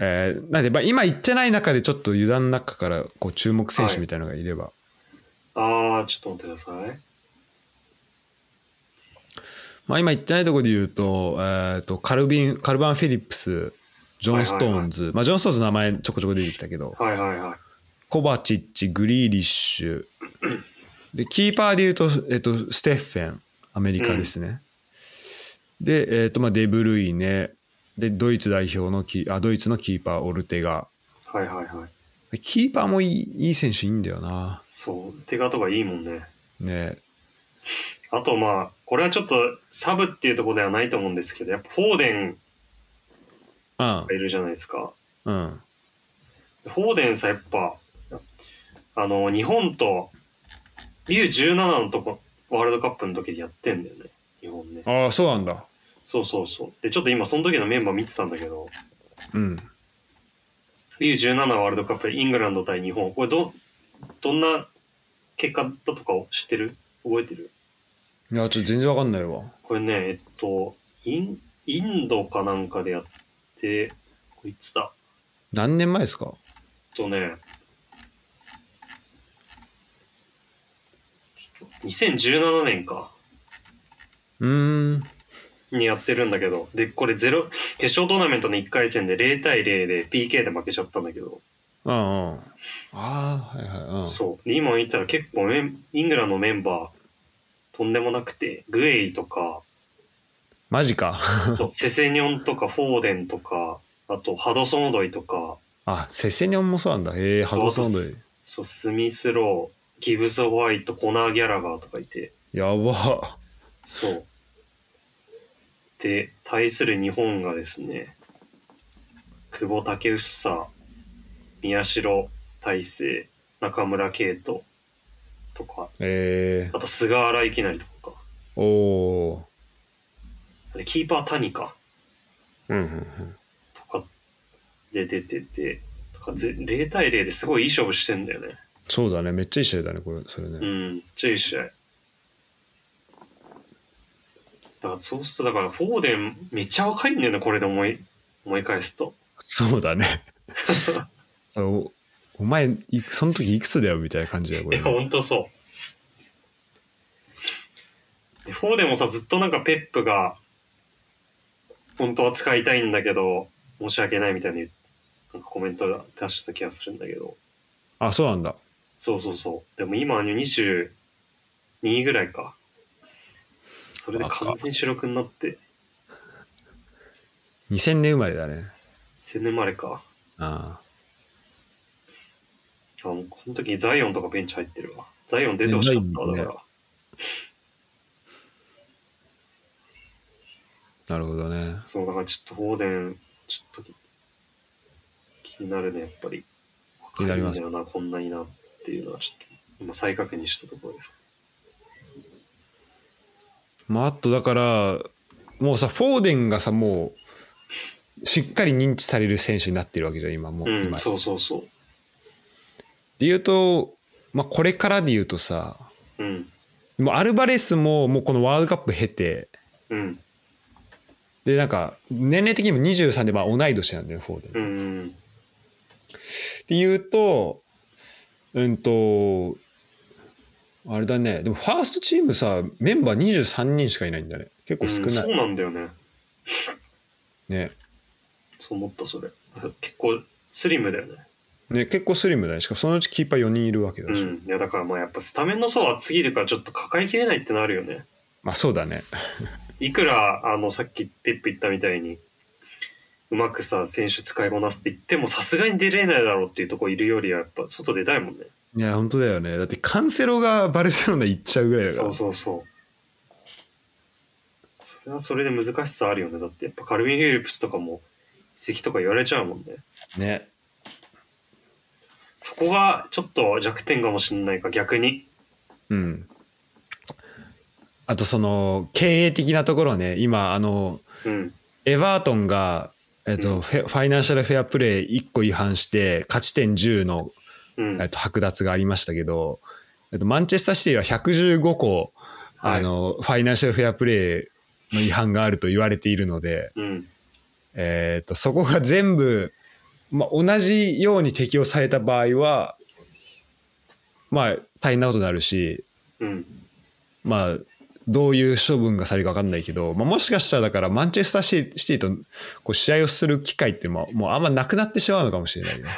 Speaker 1: えーなんで、まあ、今言ってない中で、ちょっと油断の中から、こう、注目選手みたいなのがいれば、
Speaker 2: ああちょっと待ってください
Speaker 1: まあ、今言ってないところで言うと,、えー、とカルビンカルバン・フィリップスジョン・ストーンズ、まあ、ジョン・ストーンズの名前ちょこちょこ出てきたけど
Speaker 2: はいはいはい
Speaker 1: コバチッチ、グリーリッシュ。で、キーパーで言うと、えっと、ステッフェン、アメリカですね。で、えっと、まあ、デブルイネ。で、ドイツ代表のキー、あ、ドイツのキーパー、オルテガ。
Speaker 2: はいはいはい。
Speaker 1: でキーパーもいいいい選手いいんだよな。
Speaker 2: そう、手形とかいいもんね。
Speaker 1: ね。
Speaker 2: あとまあ、これはちょっとサブっていうところではないと思うんですけど、やっぱフォーデン
Speaker 1: うん
Speaker 2: が。いるじゃないですか。
Speaker 1: うん。
Speaker 2: フォーデンさ、やっぱ、あの、日本と U17 のとこ、ワールドカップの時にやってんだよね。日本ね。
Speaker 1: ああ、そうなんだ。
Speaker 2: そうそうそう。で、ちょっと今その時のメンバー見てたんだけど、
Speaker 1: うん。
Speaker 2: U17 ワールドカップイングランド対日本。これど、どんな結果だとかを知ってる覚えてる
Speaker 1: いや、ちょっと全然わかんないわ。
Speaker 2: これね、えっと、イン、インドかなんかでやって、これいつだ
Speaker 1: 何年前ですか
Speaker 2: えっとね、ちょっと2017年か、
Speaker 1: うーん。
Speaker 2: にやってるんだけど、で、これゼロ、決勝トーナメントの1回戦で0対0で PK で負けちゃったんだけど、
Speaker 1: うんうん。ああ、はいはい。うん。
Speaker 2: そう。で、今言ったら結構メン、イングランドのメンバー、とんでもなくて、グエイ
Speaker 1: (laughs)
Speaker 2: とか、
Speaker 1: マジか。
Speaker 2: そうセセニョンとか、フォーデンとか、あと、ハドソン・オドイとか、
Speaker 1: あ、セセニョンもそうなんだ。へえ、ハドソン
Speaker 2: そう
Speaker 1: ド
Speaker 2: あとそう、スミス・ロー、ギブス・ホワイト、コナー・ギャラガーとかいて、
Speaker 1: やば。
Speaker 2: そう。で、対する日本がですね、久保建英、宮代大成、中村敬斗とか、
Speaker 1: え
Speaker 2: あと菅原いきなりとかか
Speaker 1: ー、おー。
Speaker 2: で、キーパー谷か
Speaker 1: うんうんうん。
Speaker 2: とかで出てて、とかぜ0対0ですごいいい勝負してんだよね。
Speaker 1: そうだね。めっちゃいい試合だね、これ、それ
Speaker 2: う
Speaker 1: ね。
Speaker 2: ん、めっちゃいい試合。だからそうすると、だからフォーデンめっちゃ若いんだよね、これで思い思い返すと。
Speaker 1: そうだね。そう。お前、いその時いくつだよみたいな感じだよ、こ
Speaker 2: い
Speaker 1: れ
Speaker 2: や、。ほんとそう。で、フォーデンもさ、ずっとなんかペップが、本当は使いたいんだけど、申し訳ないみたいに、なんかコメントが出した気がするんだけど、
Speaker 1: あ、そうなんだ。
Speaker 2: そうそうそう。でも今、22位ぐらいか。それで完全主力になって、
Speaker 1: 2000年生まれだね。
Speaker 2: 1000年生まれか。
Speaker 1: あ
Speaker 2: あ、もうこの時にザイオンとかベンチ入ってるわ。ザイオン出てほしかったわ、
Speaker 1: ねザイ
Speaker 2: だ
Speaker 1: オンね
Speaker 2: から。
Speaker 1: あ、なるほどね。
Speaker 2: そう、だからちょっと放電、ちょっと気になるね、やっぱり。
Speaker 1: 気になります
Speaker 2: 若いんだよな、こんなになっていうのはちょっと、今再確認したところです。
Speaker 1: まあ、あとだから、もうさ、フォーデンがさ、もう、しっかり認知される選手になってるわけじゃん、今もう。
Speaker 2: うん、
Speaker 1: 今
Speaker 2: そうそうそ
Speaker 1: で言うと、まあ、これからで言うとさ、
Speaker 2: う。うん、
Speaker 1: もうアルバレスももうこのワールドカップ経て、
Speaker 2: うん、
Speaker 1: で、なんか、年齢的にも23でまあ同い年なんだよね、フォーデン。
Speaker 2: う
Speaker 1: っ
Speaker 2: ん、うん。
Speaker 1: て言うと、うんと、あれだね、でもファーストチームさ、メンバー23人しかいないんだね。結構少
Speaker 2: うん
Speaker 1: ない。
Speaker 2: そうなんだよね。
Speaker 1: ね。
Speaker 2: そう思った、それ。結構スリムだよね。
Speaker 1: ね、結構スリムだね。しかもそのうちキーパー4人いるわけ
Speaker 2: う
Speaker 1: だし。
Speaker 2: ん。いや、だからまあやっぱスタメンの層厚すぎるからちょっと抱えきれないってのあるよね。
Speaker 1: まあそうだね。
Speaker 2: いくら、あの、さっきペップ言ったみたいに、うまくさ、選手使いこなすって言っても、さすがに出れないだろうっていうとこいるよりは、やっぱ外出たいもんね。
Speaker 1: いや、本当だよね。だってカンセロがバルセロナ行っちゃうぐらいだから。
Speaker 2: そうそうそう。それはそれで難しさあるよね。だってやっぱカルビン・フィリップスとかも移籍とか言われちゃうもんね。
Speaker 1: ね。
Speaker 2: そこがちょっと弱点かもしれないか、逆に。
Speaker 1: うん。あとその経営的なところね今あの
Speaker 2: うん。
Speaker 1: エバートンが、えっと
Speaker 2: うん
Speaker 1: フェファイナンシャルフェアプレー1個違反して勝ち点10の、
Speaker 2: うん。
Speaker 1: えっと剥奪がありましたけど、えっとマンチェスターシティは115個、
Speaker 2: は
Speaker 1: あ
Speaker 2: い
Speaker 1: のファイナンシャルフェアプレーの違反があると言われているので、
Speaker 2: うん。
Speaker 1: えっとそこが全部、まあ、同じように適用された場合は、まあ、大変なことになるし
Speaker 2: うん。
Speaker 1: まあ、どういう処分がされるか分かんないけど、まあ、もしかしたらだからマンチェスターシティシティとこう試合をする機会ってもうもうあんまなくなってしまうのかもしれないよね。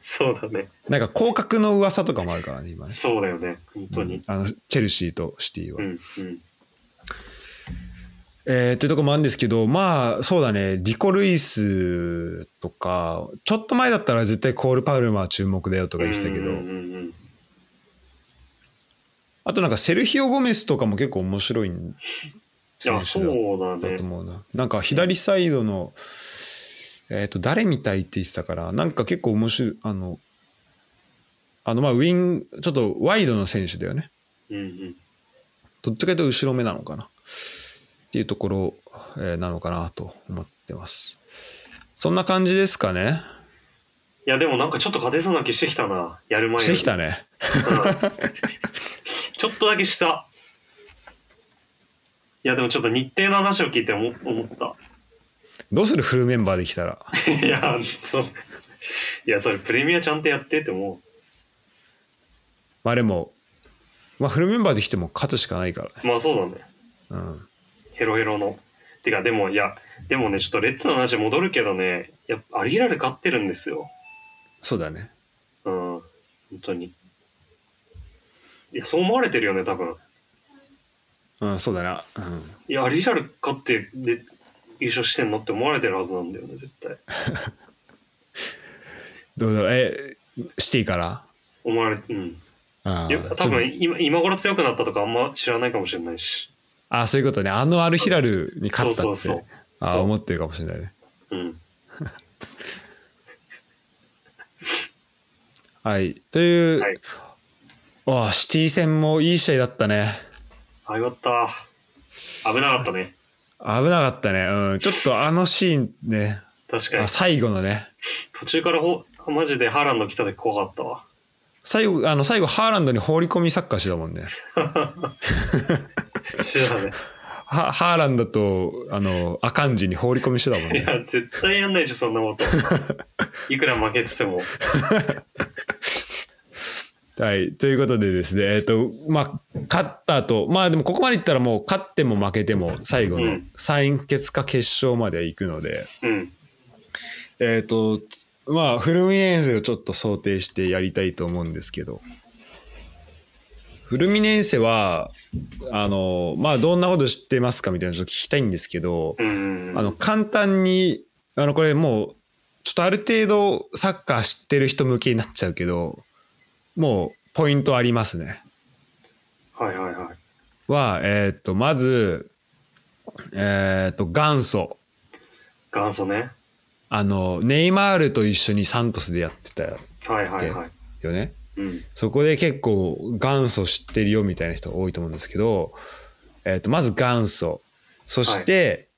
Speaker 2: そうだね。
Speaker 1: (laughs) なんか降格の噂とかもあるからね、今ね。
Speaker 2: そうだよね。本当
Speaker 1: うん
Speaker 2: に。
Speaker 1: あの、チェルシーとシティは。
Speaker 2: うん、うん。
Speaker 1: えー、というとこもあるんですけど、まあ、そうだね、リコ・ルイスとか、ちょっと前だったら絶対コール・パウルマー注目だよとか言ってたけど、
Speaker 2: うんうんうん
Speaker 1: あとなんかセルヒオ・ゴメスとかも結構面白いん
Speaker 2: いや、そ
Speaker 1: 選手だ
Speaker 2: うだ
Speaker 1: だと
Speaker 2: ね。
Speaker 1: 思うな。なんか左サイドの、えっ、と、誰みたいって言ってたから、なんか結構面白い、あの、あの、まあ、ウィン、ちょっとワイドの選手だよね。
Speaker 2: うんうん。
Speaker 1: どっちかというと後ろ目なのかなっていうところ、えーなのかなと思ってます。そんな感じですかね。
Speaker 2: いや、でもなんかちょっと勝てそうな気してきたな。やる前に。
Speaker 1: してきたね。
Speaker 2: うんちょっとだけした。いや、でもちょっと日程の話を聞いて思思った。 (laughs)
Speaker 1: どうするフルメンバーできたら。
Speaker 2: いや、そう。いや、それプレミアちゃんとやってって思
Speaker 1: まあでも、まあ、フルメンバーできても勝つしかないからね。
Speaker 2: う。まあそうだね。
Speaker 1: うん。
Speaker 2: ヘロヘロの。てか、でも、いや、でもね、ちょっとレッツの話戻るけどね、やっぱアリラル勝ってるんですよ。
Speaker 1: そうだね。
Speaker 2: うん。本当に。いや、そう思われてるよね、多分。
Speaker 1: うん、そうだな。うん。
Speaker 2: いや、アリラル勝ってで優勝してんのって思われてるはずなんだよね、絶対。
Speaker 1: どうだろう。え、シティから
Speaker 2: 思われて、うん。
Speaker 1: あ
Speaker 2: いや多分今今頃強くなったとかあんま知らないかもしれないし。
Speaker 1: あそういうことねあのアルヒラルに勝ったって
Speaker 2: そうそうそう
Speaker 1: あ
Speaker 2: そう
Speaker 1: 思ってるかもしれないね
Speaker 2: うん。
Speaker 1: はいという、
Speaker 2: はい
Speaker 1: あシティ戦もいい試合だったね
Speaker 2: あ、よかった。危なかったね。
Speaker 1: 危なかったね、うん、ちょっとあのシーンね
Speaker 2: 確か
Speaker 1: あ
Speaker 2: に。
Speaker 1: 最後のね
Speaker 2: 途中からほマジでハーランド来た時怖かったわ。
Speaker 1: 最後あの最後ハーランドに放り込みサッカーしてたもんね
Speaker 2: 知らね。
Speaker 1: はハーランドとあのアカンジに放り込みしてたもん
Speaker 2: い
Speaker 1: ね
Speaker 2: や、絶対やんないでしょ、そん
Speaker 1: (laughs)
Speaker 2: なこと。いくら負けてても。
Speaker 1: はい。ということでですね、えっ、と、まあ、勝った後、まあでもここまでいったらもう勝っても負けても最後
Speaker 2: う
Speaker 1: の
Speaker 2: ん
Speaker 1: 三決か決勝まで行くので、
Speaker 2: うん。
Speaker 1: えっ、と、まあ、フルミネンセをちょっと想定してやりたいと思うんですけど、フルミネンセは、あの、まあ、どんなこと知ってますかみたいなのちょっと聞きたいんですけど、
Speaker 2: うん。
Speaker 1: あの、簡単に、あの、これもう、ちょっとある程度サッカー知ってる人向けになっちゃうけど、もう、ポイントありますね。
Speaker 2: はいはいはい。
Speaker 1: は、えっ、と、まず、えっ、と、元祖。
Speaker 2: 元祖ね。
Speaker 1: あの、ネイマールと一緒にサントスでやってたよ
Speaker 2: はいはいはい。
Speaker 1: ね。
Speaker 2: うん。
Speaker 1: そこで結構元祖知ってるよみたいな人が多いと思うんですけど、えっとまず元祖そして、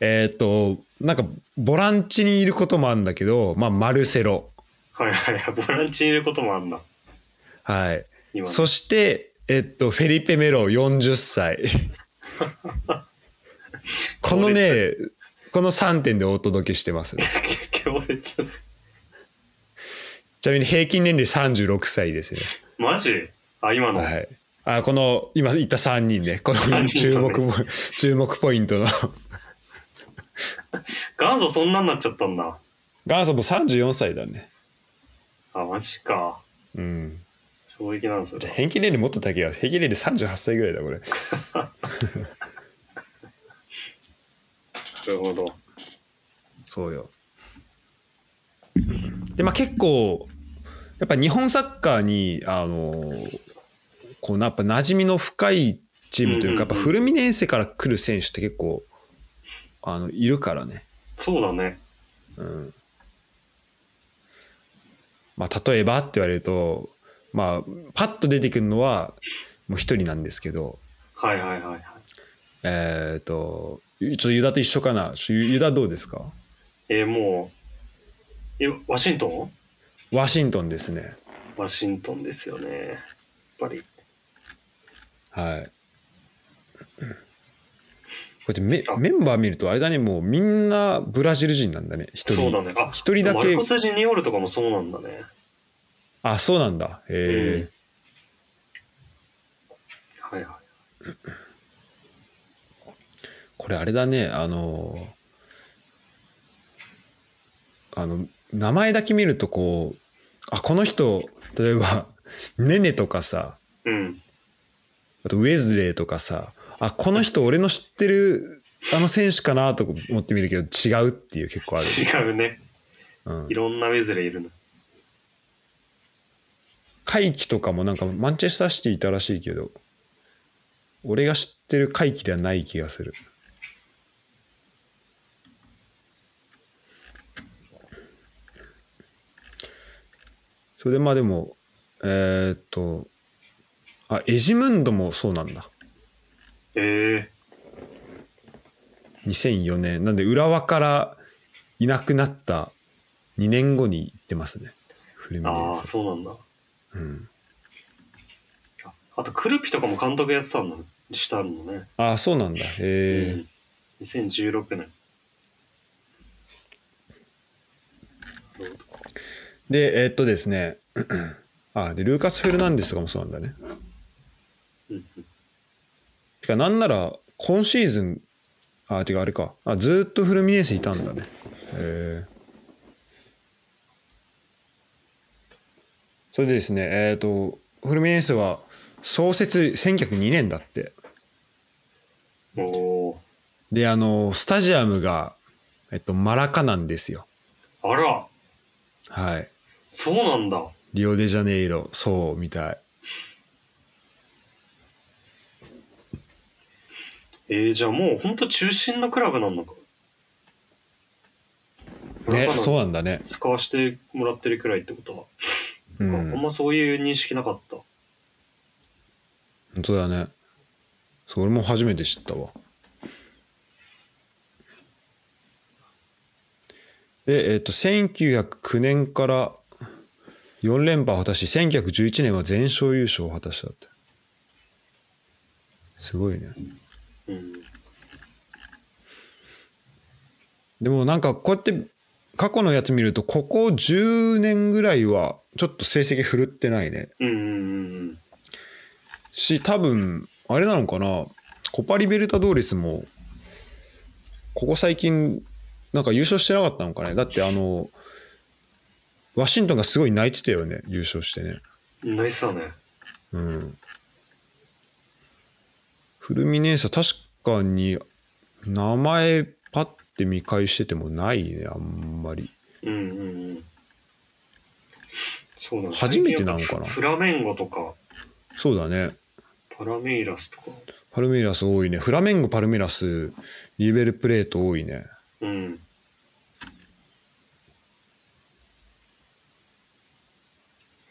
Speaker 1: えっとなんかボランチにいることもあるんだけど、まあ、マルセロ、
Speaker 2: はいはいはい。ボランチにいることもあんな。 (laughs)
Speaker 1: はい、
Speaker 2: 今ね、
Speaker 1: そして、えっとフェリペ・メロ40歳
Speaker 2: (laughs)
Speaker 1: このねこの3点でお届けしてます、
Speaker 2: 強烈。
Speaker 1: ちなみに平均年齢36歳ですね
Speaker 2: マジあ、今の。
Speaker 1: はい。あ、この、今言った3人ね。この
Speaker 2: 三
Speaker 1: 注
Speaker 2: 人
Speaker 1: 目
Speaker 2: のね
Speaker 1: ポイント、注目ポイントの。
Speaker 2: 元祖そんなんなっちゃったんだ。
Speaker 1: 元祖も34歳だね。
Speaker 2: あ、マジか。
Speaker 1: うん。
Speaker 2: 衝撃なんですよ
Speaker 1: じゃ。あ、平均年齢もっと高いよ。平均年齢38歳ぐらいだ、これ。
Speaker 2: なるほど。
Speaker 1: そうよ。で、まあ結構、やっぱ日本サッカーに、あのーこうな、やっぱ馴染みの深いチームというか、やっ
Speaker 2: うんうんうん
Speaker 1: ぱフルミネンセから来る選手って結構、あの、いるからね。
Speaker 2: そうだね。
Speaker 1: うんまあ、例えばって言われると、まあ、パッと出てくるのはもう一人なんですけど、
Speaker 2: はいはいはいはい。
Speaker 1: えっ、と、ちょっとユダと一緒かな。ちょユダどうですか
Speaker 2: えーもう、え、ワシントン
Speaker 1: ワシントンですね。
Speaker 2: ワシントンですよね。やっぱり。
Speaker 1: はい。 (coughs) こうやってメメンバー見るとあれだね、もうみんなブラジル人なんだね、一人。
Speaker 2: そうだね。あ、
Speaker 1: 一人だけ
Speaker 2: マルコス・ジュニオールとかもそうなんだね。
Speaker 1: あ、そうなんだ。へえ、
Speaker 2: はいはい。
Speaker 1: これあれだね、あのーあの、名前だけ見るとこう、あ、この人、例えば、 (laughs) ネネとかさ、
Speaker 2: うん。
Speaker 1: あとウェズレーとかさ、あ、この人俺の知ってるあの選手かなと思ってみるけど、違うっていう結構ある。
Speaker 2: 違うね。
Speaker 1: うん
Speaker 2: い、ろんなウェズレーいるな。
Speaker 1: 怪奇とかもなんかマンチェスターシティいたらしいけど、俺が知ってる怪奇ではない気がする。それでまあでも、えーっと、あ、エジムンドもそうなんだ。
Speaker 2: え
Speaker 1: 2004年。なんで浦和からいなくなった2年後に行ってますね。フルミ
Speaker 2: ー、
Speaker 1: ネ
Speaker 2: あ
Speaker 1: ー
Speaker 2: あ、
Speaker 1: ゼ。
Speaker 2: そうなんだ。
Speaker 1: うん
Speaker 2: ああと、クルピとかも監督やってたんだ、したのね。
Speaker 1: ああ、そうなんだ。へえ、
Speaker 2: うん、2016年。なるほど
Speaker 1: で、えーっとですね。 (clears throat) あで、ルーカス・フェルナンデスとかもそうなんだね。
Speaker 2: うんうん
Speaker 1: てか、なんなら、今シーズン、あ、てか、あれか。あ、ずーっとフルミネーセいたんだね。へえ。それでですね、えーっと、フルミネーセは創設1902年だって。
Speaker 2: お
Speaker 1: で、あの、スタジアムが、えっと、マラカなんですよ。
Speaker 2: ーあら、
Speaker 1: はい。
Speaker 2: そうなんだ。
Speaker 1: リオデジャネイロ、そう、みたい。
Speaker 2: えー、じゃあもう本当中心のクラブなんだか。
Speaker 1: ね
Speaker 2: 村上
Speaker 1: そうなんだね
Speaker 2: 使わせてもらってるくらいってことは。
Speaker 1: う
Speaker 2: あ
Speaker 1: ん
Speaker 2: ん、あんまそういう認識なかった。
Speaker 1: 本当だねそれも初めて知ったわでえっ、と1909年から4連覇を果たし1911年は全勝優勝を果たしたってすごいね
Speaker 2: うん。
Speaker 1: でもなんかこうやって過去のやつ見るとここ10年ぐらいはちょっと成績振るってないね
Speaker 2: うんうんうん
Speaker 1: し多分あれなのかなコパリベルタドーレスもここ最近なんか優勝してなかったのかねだってあのワシントンがすごい泣いてたよね優勝してね
Speaker 2: うん。ナイスだね。
Speaker 1: うんフルミネーサ確かに名前パッて見返しててもないねあんまり
Speaker 2: うんうんうん。そうなんだ
Speaker 1: 初めてなのかな
Speaker 2: フラメンゴとか、
Speaker 1: そうだね
Speaker 2: パラメイラスとか。
Speaker 1: パルメイラス多いねフラメンゴパルメイラスリベルプレート多いね
Speaker 2: うん。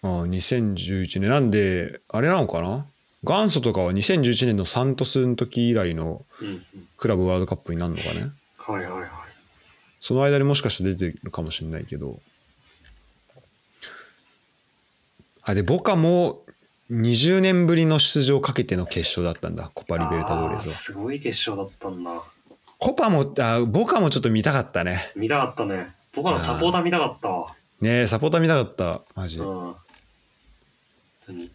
Speaker 1: ああ2011年なんであれなのかな元祖とかは2011年のサントスの時以来の
Speaker 2: うんうん。
Speaker 1: クラブワールドカップになるのかね
Speaker 2: はいはいはい。
Speaker 1: その間にもしかして出てるかもしれないけどあでボカも20年ぶりの出場をかけての決勝だったんだコパリベルタドーレ
Speaker 2: あー
Speaker 1: ス
Speaker 2: すごい決勝だったんだ。
Speaker 1: はコパもあボカもちょっと見たかったね
Speaker 2: 見たかったね。僕らサポーター見たかったわ。
Speaker 1: ねえサポーター見たかったマジ
Speaker 2: う
Speaker 1: へ
Speaker 2: ん。本当に。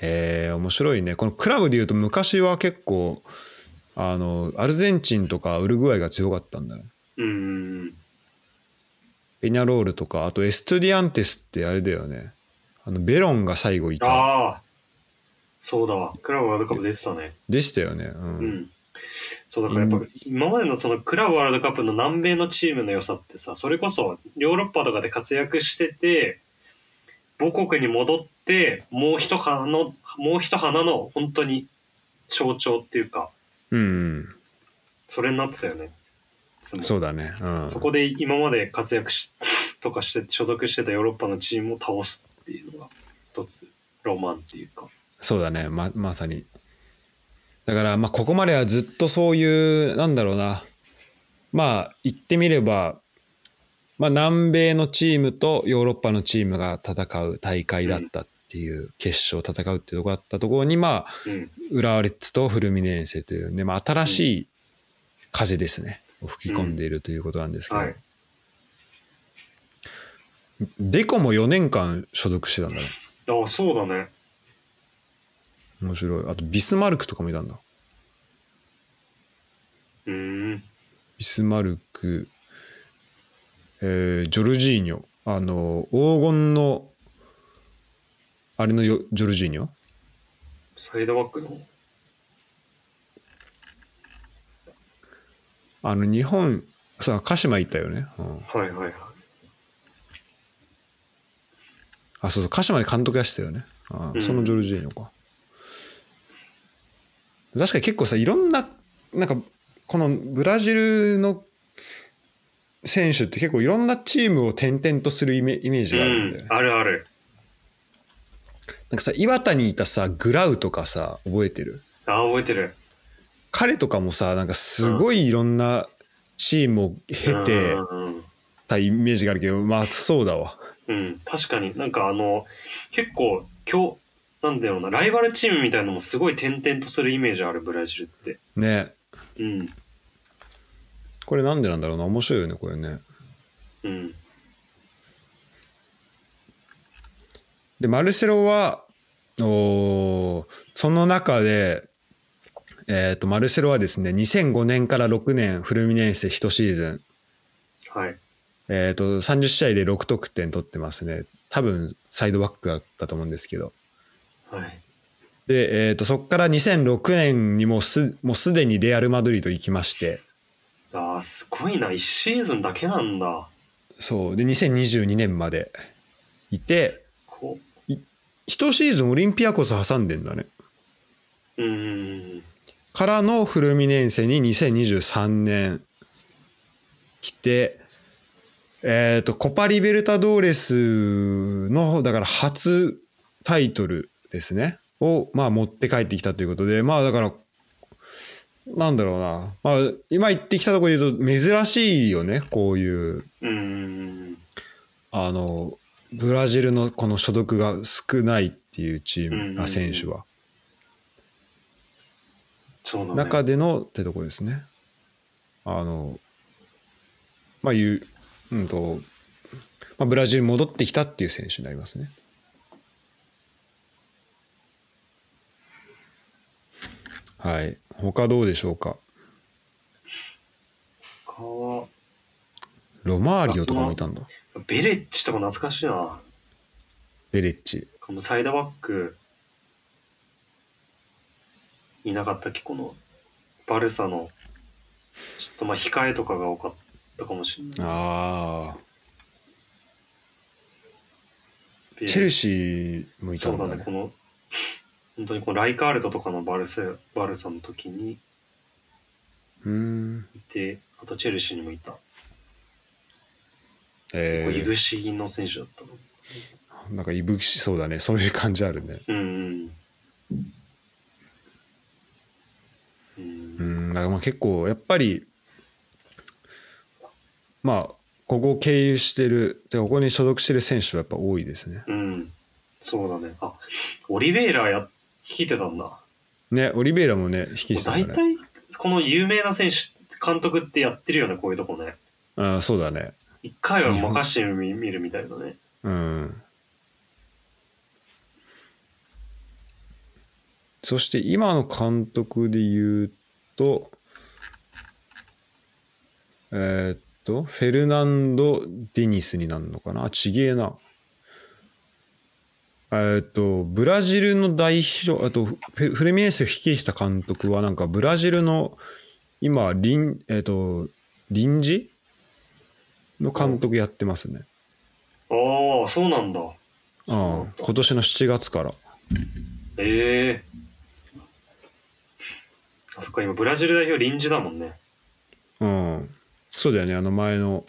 Speaker 1: え面白いねこのクラブでいうと昔は結構あのアルゼンチンとかウルグアイが強かったんだね
Speaker 2: うんうんうん。
Speaker 1: ペニャロールとか、あとエストゥディアンテスってあれだよね。あの、ベロンが最後いた。
Speaker 2: ああ、そうだわ。クラブワールドカップ出てたね。
Speaker 1: でしたよね。うん。
Speaker 2: うん。そうだからやっ
Speaker 1: う
Speaker 2: ぱ今までのそのクラブワールドカップの南米のチームの良さってさ、それこそヨーロッパとかで活躍してて、母国に戻って、もう一花の、もう一花の本当に象徴っていうか、
Speaker 1: うんうん、
Speaker 2: それになってたよね。つまり
Speaker 1: そうだね。うん。
Speaker 2: そこで今まで活躍し (laughs) とかして所属してたヨーロッパのチームを倒すっていうのが一つロマンっていうか。
Speaker 1: そうだね。ま、まさに。だから、まあ、ここまではずっとそういう、なんだろうな。まあ、言ってみれば、まあ、南米のチームとヨーロッパのチームが戦う大会だったっていう、決勝戦うってとこだったところに、まあ、
Speaker 2: うん。
Speaker 1: 浦和レッズとフルミネーセというね、まあ、新しい風ですね、を吹き込んでいるということなんですけど、
Speaker 2: はい。
Speaker 1: デコも4年間所属してたんだね
Speaker 2: ああ、そうだね。
Speaker 1: 面白いあとビスマルクとかもいたんだ
Speaker 2: うーん。
Speaker 1: ビスマルク、えージョルジーニョあの、黄金の、あれのよジョルジーニョ
Speaker 2: サイドバックの。
Speaker 1: あの、日本、さ、鹿島行ったよね。うん
Speaker 2: はいはいはい。
Speaker 1: あ、そうそう、鹿島で監督やしてたよね。あ
Speaker 2: うん
Speaker 1: そのジョルジーニョか。確かに結構さ、いろんな、なんか、このブラジルの選手って結構いろんなチームを転々とするイメイメージがあるんだよね。
Speaker 2: うん、あるある。
Speaker 1: なんかさ、岩田にいたさ、グラウとかさ、覚えてる
Speaker 2: あ、覚えてる。
Speaker 1: 彼とかもさ、なんかすごいいろんなチームを経て
Speaker 2: うんうんうん
Speaker 1: たイメージがあるけど、まあそうだわ。
Speaker 2: うん、確かになんかあの、結構、今日、なんだろうな、ライバルチームみたいなのもすごい転々とするイメージある、ブラジルって。
Speaker 1: ね。
Speaker 2: うん、
Speaker 1: これなんでなんだろうな。面白いよね、これね。
Speaker 2: うん、
Speaker 1: で、マルセロは、おーその中で、えっ、と、マルセロはですね、2005年から6年、フルミネンスで1シーズン、
Speaker 2: はい。
Speaker 1: えっ、と、30試合で6得点取ってますね。多分、サイドバックだったと思うんですけど。
Speaker 2: はい。
Speaker 1: で、えー、とそこから2006年にもうすもうすでにレアル・マドリード行きまして
Speaker 2: あーすごいな、1シーズンだけなんだ。
Speaker 1: そうで2022年までいて
Speaker 2: こ
Speaker 1: 一シーズンオリンピアコス挟んでんだね
Speaker 2: う、うん、
Speaker 1: からのフルミネンセに2023年来てえっ、とコパ・リベルタドーレスのだから初タイトルですねをまあ持って帰ってきたということでまあだからなんだろうな、まあ、今言ってきたところで言うと珍しいよねこういう
Speaker 2: うん、
Speaker 1: あのブラジルのこの所属が少ないっていうチーム、
Speaker 2: うんうんうん
Speaker 1: あ選手は
Speaker 2: そうだね。
Speaker 1: 中でのってとこですね。あの、まあ、いう、うんと、まあ、ブラジルに戻ってきたっていう選手になりますね。はい。他どうでしょうか。
Speaker 2: 他は、
Speaker 1: ロマーリオとかもいたんだ。
Speaker 2: ベレッジとか懐かしいな。
Speaker 1: ベレッジ。
Speaker 2: このサイドバック、いなかったっけ、この、バルサの、ちょっとまあ、控えとかが多かったかもしれない。
Speaker 1: ああ。チェルシーもいた
Speaker 2: そ
Speaker 1: ん
Speaker 2: う
Speaker 1: だ
Speaker 2: だ
Speaker 1: ね。
Speaker 2: ね、この、本当にこのライカールトとかのバルサ、バルサの時に
Speaker 1: うーん。
Speaker 2: いて、あとチェルシーにもいた。
Speaker 1: え
Speaker 2: 結構い
Speaker 1: ー
Speaker 2: ぶし銀の選手だったの。
Speaker 1: なんかいぶしそうだね。そういう感じあるね。
Speaker 2: うんうん。うん
Speaker 1: う。ん、だからまあ結構やっぱりまあここを経由してるでここに所属してる選手はやっぱ多いですね。
Speaker 2: うん。そうだね。あ、オリベイラや、弾いてたんだ。も
Speaker 1: ねオリベイラもね引
Speaker 2: う
Speaker 1: きしたか
Speaker 2: 大
Speaker 1: らね。
Speaker 2: 体、この有名な選手、監督ってやってるよね、こういうとこね。
Speaker 1: あそうだね。
Speaker 2: 一回は任してみ見るみたいなね。
Speaker 1: うん。そして今の監督で言うとえーっとフェルナンド・ディニスになるのかなあちげえな。えーっと、ブラジルの代表、あと、フェフルミネンスを率いてた監督は、なんか、ブラジルの、今、臨、えーっと、臨時の監督やってますね。
Speaker 2: ああ、そうなんだ。
Speaker 1: ああ今年の7月から
Speaker 2: ええあ、そっか、今、ブラジル代表臨時だもんね。
Speaker 1: うんそうだよねあの前の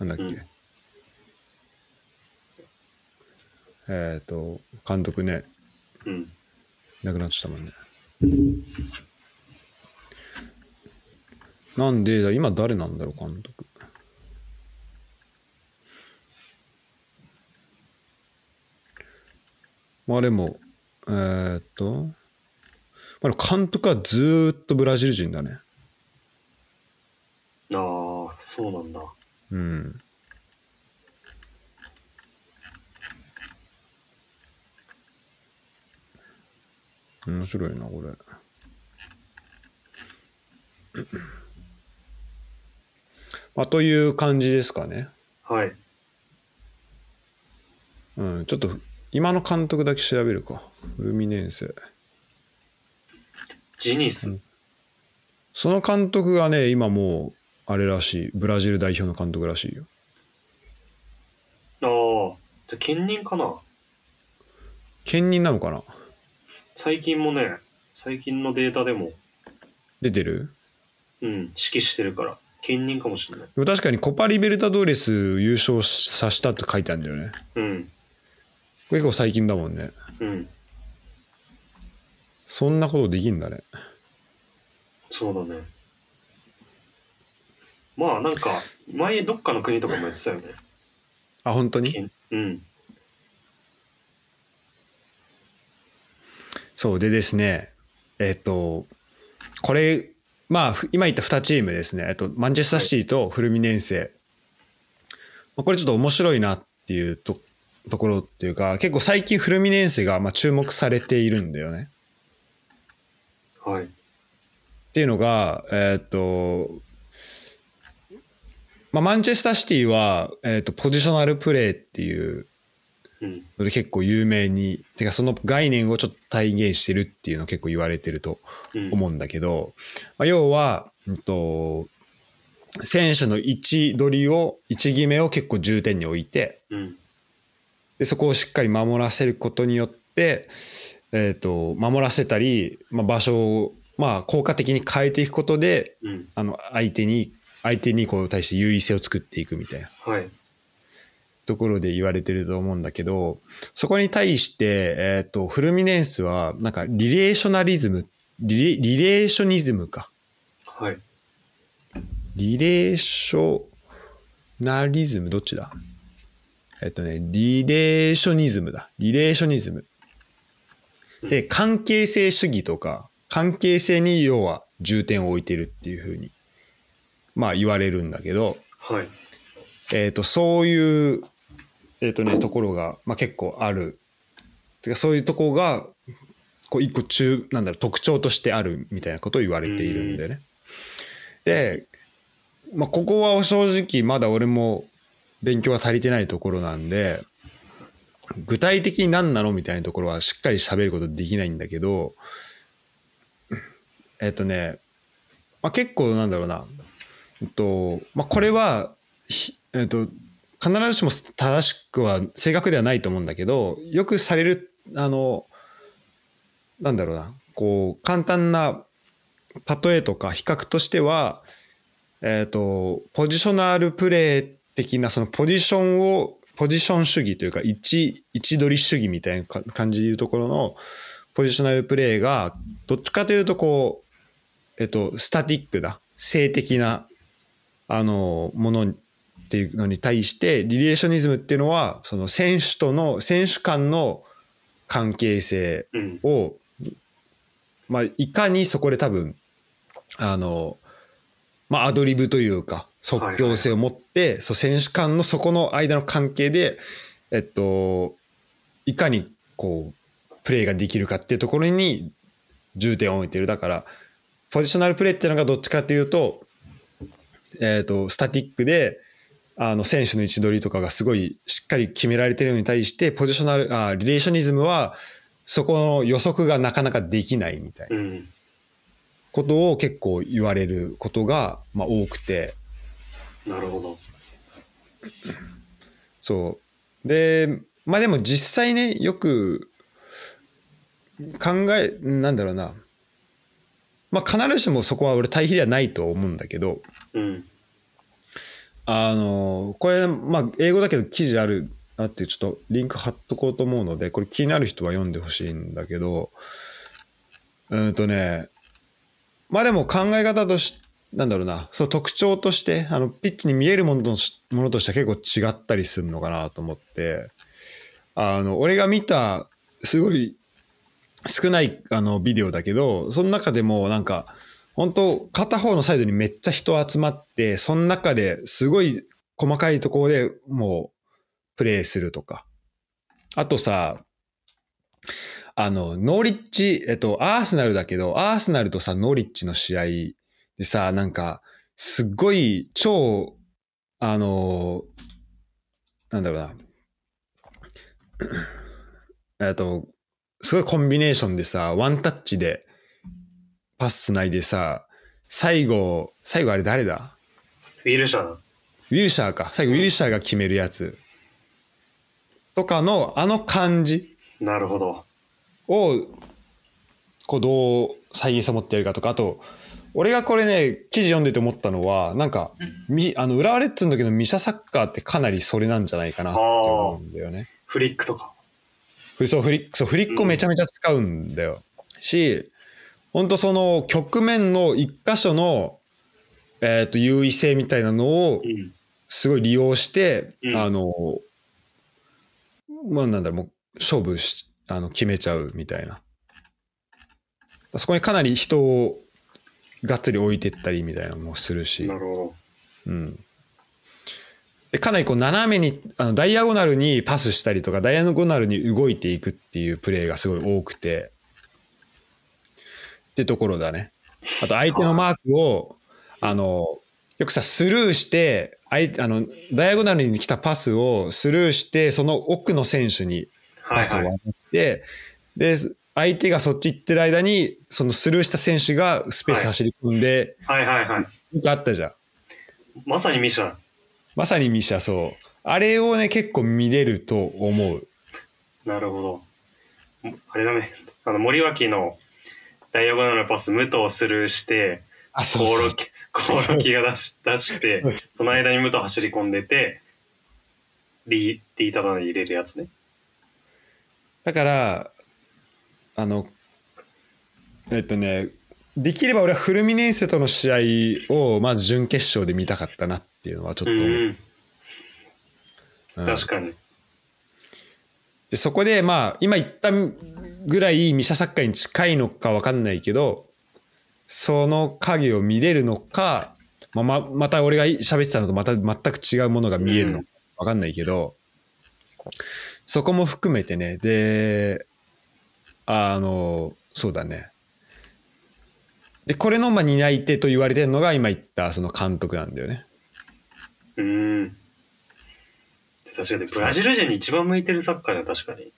Speaker 1: なんだっけ、
Speaker 2: うん
Speaker 1: えっ、と監督ね
Speaker 2: うん。
Speaker 1: 亡くなっちゃったもんねなんで今誰なんだろう監督まあでもえっ、とまあでも監督はずーっとブラジル人だね
Speaker 2: ああ、そうなんだ。
Speaker 1: うん。面白いな、これ。 (coughs) まあ、という感じですかね。
Speaker 2: はい。
Speaker 1: うん、ちょっと今の監督だけ調べるか。フルミネンセ。
Speaker 2: ジニス、
Speaker 1: うんその監督がね、今もう、あれらしい、ブラジル代表の監督らしいよ。
Speaker 2: ああじゃあ兼任かな
Speaker 1: 兼任なのかな
Speaker 2: 最近もね最近のデータでも
Speaker 1: 出てる
Speaker 2: うん指揮してるから兼任かもしれない
Speaker 1: でも確かにコパリベルタドーレス優勝させたって書いてあるんだよね。
Speaker 2: うん
Speaker 1: これ結構最近だもんね。
Speaker 2: うん
Speaker 1: そんなことできんだね。
Speaker 2: そうだねまあなんか前どっかの国とかもやってたよね
Speaker 1: あ、本当に
Speaker 2: 兼うん
Speaker 1: そうでですね、えっ、と、これ、まあ、ふ今言った2チームですね、えっと、マンチェスターシティとフルミネンセ、まあこれちょっと面白いなっていうとところっていうか、結構最近、フルミネンセがまあ注目されているんだよね。
Speaker 2: はい
Speaker 1: っていうのが、えっと、まあ、マンチェスターシティは、えっとポジショナルプレーっていう
Speaker 2: うん
Speaker 1: それ結構有名にてかその概念をちょっと体現してるっていうのを結構言われてると
Speaker 2: うん
Speaker 1: 思うんだけど、まあ、要は、うんと、選手の位置取りを位置決めを結構重点に置いて
Speaker 2: うん
Speaker 1: でそこをしっかり守らせることによって、えー、と守らせたり、まあ、場所を、まあ、効果的に変えていくことで
Speaker 2: うん
Speaker 1: あの相手に相手にこう対して優位性を作っていくみたいな。
Speaker 2: はい
Speaker 1: ところで言われてると思うんだけど、そこに対して、えっ、と、フルミネンスは、なんか、リレーショナリズム、リレリレーショニズムか。
Speaker 2: はい
Speaker 1: リレーショナリズム、どっちだえっ、とね、リレーショニズムだ。リレーショニズム。で、関係性主義とか、関係性に要は重点を置いてるっていうふうに、まあ言われるんだけど、
Speaker 2: はい
Speaker 1: えー、とそういう、えーとね、ところが、まあ、結構あるてかそういうところがこう一個中なんだろう特徴としてあるみたいなことを言われているんだよね。で、まあ、ここは正直まだ俺も勉強が足りてないところなんで具体的に何なのみたいなところはしっかり喋ることできないんだけどえっ、とね、まあ、結構なんだろうな、えっとまあ、これはひえっと、必ずしも正しくは正確ではないと思うんだけどよくされるあのなんだろうなこう簡単な例えとか比較としては、えっとポジショナルプレー的なそのポジションをポジション主義というか位置位置取り主義みたいなか感じでいうところのポジショナルプレーがどっちかというとこう、えっとスタティックな性的なあのものっていうのに対してリレーショニズムっていうのはその選手との選手間の関係性
Speaker 2: うん
Speaker 1: を、まあ、いかにそこで多分あの、まあ、アドリブというか即興性を持って、そう選手間のそこの間の関係で、えっと、いかにこうプレーができるかっていうところに重点を置いてるだからポジショナルプレーっていうのがどっちかというと,、えっとスタティックで。あの選手の位置取りとかがすごいしっかり決められてるのに対してポジショナルあリレーショニズムはそこの予測がなかなかできないみたいな
Speaker 2: うん
Speaker 1: ことを結構言われることが、まあ、多くて
Speaker 2: なるほど
Speaker 1: そうでまあでも実際ねよく考えなんだろうなまあ必ずしもそこは俺対比ではないと思うんだけど
Speaker 2: うん
Speaker 1: あのこれまあ英語だけど記事あるなってちょっとリンク貼っとこうと思うのでこれ気になる人は読んでほしいんだけどうんとねまあでも考え方としなんだろうなそう特徴としてあのピッチに見えるものとしものとしては結構違ったりするのかなと思ってあの俺が見たすごい少ないあのビデオだけどその中でもなんか本当片方のサイドにめっちゃ人集まってその中ですごい細かいところでもうプレーするとかあとさあのノーリッチえっとアーセナルだけどアーセナルとさノーリッチの試合でさなんかすっごい超あのなんだろうなえっと、すごいコンビネーションでさ、ワンタッチでパスつないでさ、最後、最後あれ誰だ
Speaker 2: ィールシャーだ。
Speaker 1: ウィルシャーか。最後ウィルシャーが決めるやつ。とかの、あの感じ
Speaker 2: なるほど。
Speaker 1: を、こう、どう再現して持ってやるかとか、あと、俺がこれね、記事読んでて思ったのは、なんか、みあの浦和レッズの時のミシャサッカーってかなりそれなんじゃないかなって思うんだよね。
Speaker 2: フリックとか。
Speaker 1: ふそうフリックそうフリックをめちゃめちゃ使うんだよ、しほんとその局面の一箇所の、えー、と優位性みたいなのを
Speaker 2: うん。
Speaker 1: すごい利用して、
Speaker 2: うん
Speaker 1: あのまあなんだろうもう勝負しあの決めちゃうみたいなそこにかなり人をがっつり置いてったりみたいなのもするし、
Speaker 2: なるほ
Speaker 1: うん、でかなりこう斜めにあのダイアゴナルにパスしたりとかダイアゴナルに動いていくっていうプレーがすごい多くてってところだねあと相手のマークをあのよくさスルーして相手あのダイアゴナルに来たパスをスルーしてその奥の選手に
Speaker 2: ど。は
Speaker 1: パ
Speaker 2: い
Speaker 1: スを
Speaker 2: はい。
Speaker 1: 渡って、で相手がそっち行ってる間にそのスルーした選手がスペース走り込んで、
Speaker 2: はいはいはい。
Speaker 1: よくあったじゃん
Speaker 2: まさにミシャ。
Speaker 1: まさにミシャそう。あれをね、結構見れると思う。
Speaker 2: なるほど。あれだね。あの、森脇のダイアゴナルパス、武藤をスルーして、
Speaker 1: あ、
Speaker 2: コ
Speaker 1: そ
Speaker 2: オ
Speaker 1: うそう
Speaker 2: ロキ、コオロキが出し出して
Speaker 1: そうそ、
Speaker 2: その間に武藤走り込んでて、リー、リータダナに入れるやつね。
Speaker 1: だから、あの、えっとね、できれば俺はフルミネンセとの試合をまず準決勝で見たかったなっていうのはちょっ
Speaker 2: う
Speaker 1: と思
Speaker 2: ん
Speaker 1: う、
Speaker 2: うん。
Speaker 1: うん
Speaker 2: 確かに。
Speaker 1: でそこでまあ今言ったぐらいミシャサッカーに近いのか分かんないけどその影を見れるのか、まあ、ままた俺が喋ってたのとまた全く違うものが見えるのか分かんないけど、そこも含めてねであのそうだねでこれのまあ担い手と言われてるのが今言ったその監督なんだよね。
Speaker 2: うん。確かに、ブラジル人に一番向いてるサッカーだよ、確かに。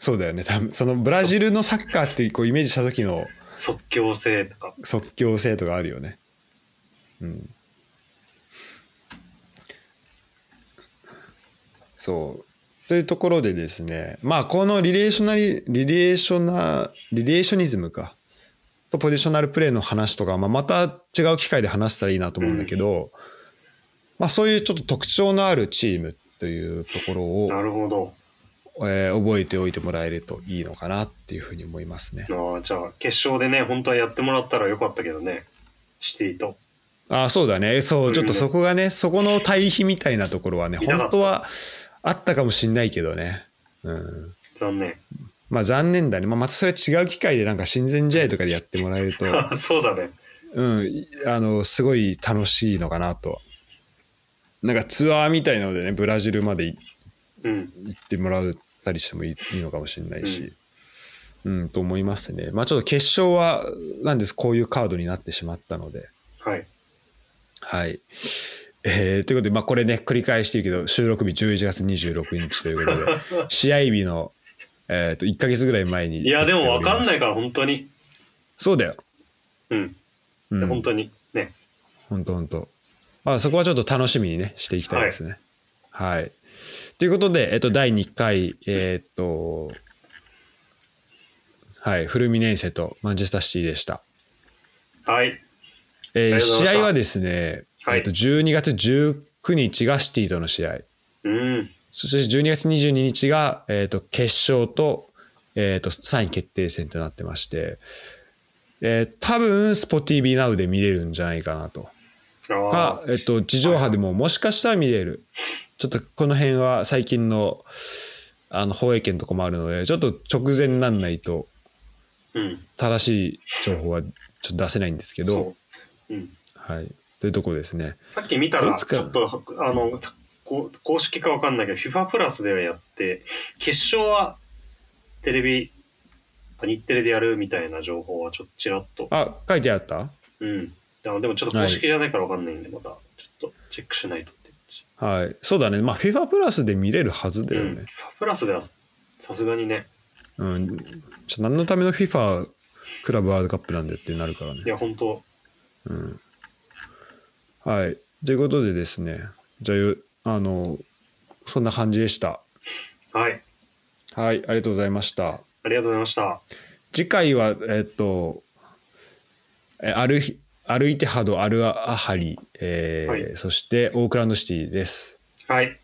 Speaker 1: そうだよね多分そのブラジルのサッカーってこうイメージした時の
Speaker 2: 即興性とか。
Speaker 1: 即興性とかあるよね。うん。そう。というところでですね、まあ、このリレーショナリ、リレーショナ、リレーショニズムか、とポジショナルプレーの話とか、まあ、また違う機会で話せたらいいなと思うんだけど、まあ、そういうちょっと特徴のあるチームというところ
Speaker 2: な
Speaker 1: を、
Speaker 2: るほど。
Speaker 1: えー覚えておいてもらえるといいのかなっていうふうに思いますね。
Speaker 2: ああ、じゃあ、決勝でね、本当はやってもらったらよかったけどね。シティと。
Speaker 1: あそうだね。そうう、
Speaker 2: ん
Speaker 1: ちょっとそこがね、そこの対比みたいなところはね、
Speaker 2: 見たか
Speaker 1: 本
Speaker 2: った
Speaker 1: 当はあったかもしんないけどね。うん。
Speaker 2: 残念。
Speaker 1: まあ残念だね。まあまたそれ違う機会でなんか親善試合とかでやってもらえ
Speaker 2: (laughs)
Speaker 1: ると、
Speaker 2: そうだね。
Speaker 1: うん、いあの、すごい楽しいのかなと。なんかツアーみたいなのでね、ブラジルまでい
Speaker 2: うん。
Speaker 1: 行ってもらったりしてもいいいいのかもしれないし。うん、と思いますね。まあちょっと決勝は、なんです、こういうカードになってしまったので。
Speaker 2: はい。
Speaker 1: はい。えーということで、まあ、これね、繰り返して言うけど、収録日11月26日ということ
Speaker 2: (laughs)
Speaker 1: で、試合日の、えー、と1か月ぐらい前に。。
Speaker 2: いや、でも分かんないいから、本当に。
Speaker 1: そうだよ。
Speaker 2: うん。
Speaker 1: うん、
Speaker 2: 本
Speaker 1: 本当
Speaker 2: 当に。ね。
Speaker 1: 本当まあ、そこはちょっと楽しみにね、していきたいですね。はい。ということで、えっ、と、第2回、えっ、と、はい、フルミネンセとマンチェスターシティでした。
Speaker 2: はい。
Speaker 1: えー
Speaker 2: ありがとうございました
Speaker 1: 試合はですね、
Speaker 2: はい
Speaker 1: えっと12月19日がシティとの試合。
Speaker 2: うん。
Speaker 1: そして12月22日が、えー、と決勝と,、えー、と3位決定戦となってまして、えー、多分 SpotifyNow で見れるんじゃないかなと
Speaker 2: あ
Speaker 1: か、えー、と地上波でももしかしたら見れるちょっとこの辺は最近のあの放映権とかもあるのでちょっと直前になんないと
Speaker 2: あ。うん。
Speaker 1: 正しい情報はちょっと出せないんですけど、
Speaker 2: そう。うん。
Speaker 1: はい、というところですね
Speaker 2: さっき見た
Speaker 1: ど
Speaker 2: ら、
Speaker 1: っち
Speaker 2: ち
Speaker 1: か
Speaker 2: ょっと、あの、こ公式か分かんないけど、FIFA プラスではやって、決勝はテレビ、あ日テレでやるみたいな情報はちょっとちらっと。
Speaker 1: あ書いてあった
Speaker 2: うん。あのでもちょっと公式じゃないから分かんないんで、また、ちょっとチェックしないとって。
Speaker 1: はいそうだねまあ FIFA プラスで見れるはずだよね、
Speaker 2: うん。FIFA プラスではさすがにね、
Speaker 1: うん、じゃあ何のための FIFA クラブワールドカップなんでってなるからね
Speaker 2: い。や、本当
Speaker 1: うん、はい。ということでですね、じゃあよ、あの、そんな感じでした。
Speaker 2: はい。
Speaker 1: はい、ありがとうございました。
Speaker 2: ありがとうございました。
Speaker 1: 次回は、えっと、え歩ひ歩いてハド、アルアハリ、えー
Speaker 2: はい
Speaker 1: そしてオークランドシティです。
Speaker 2: はい。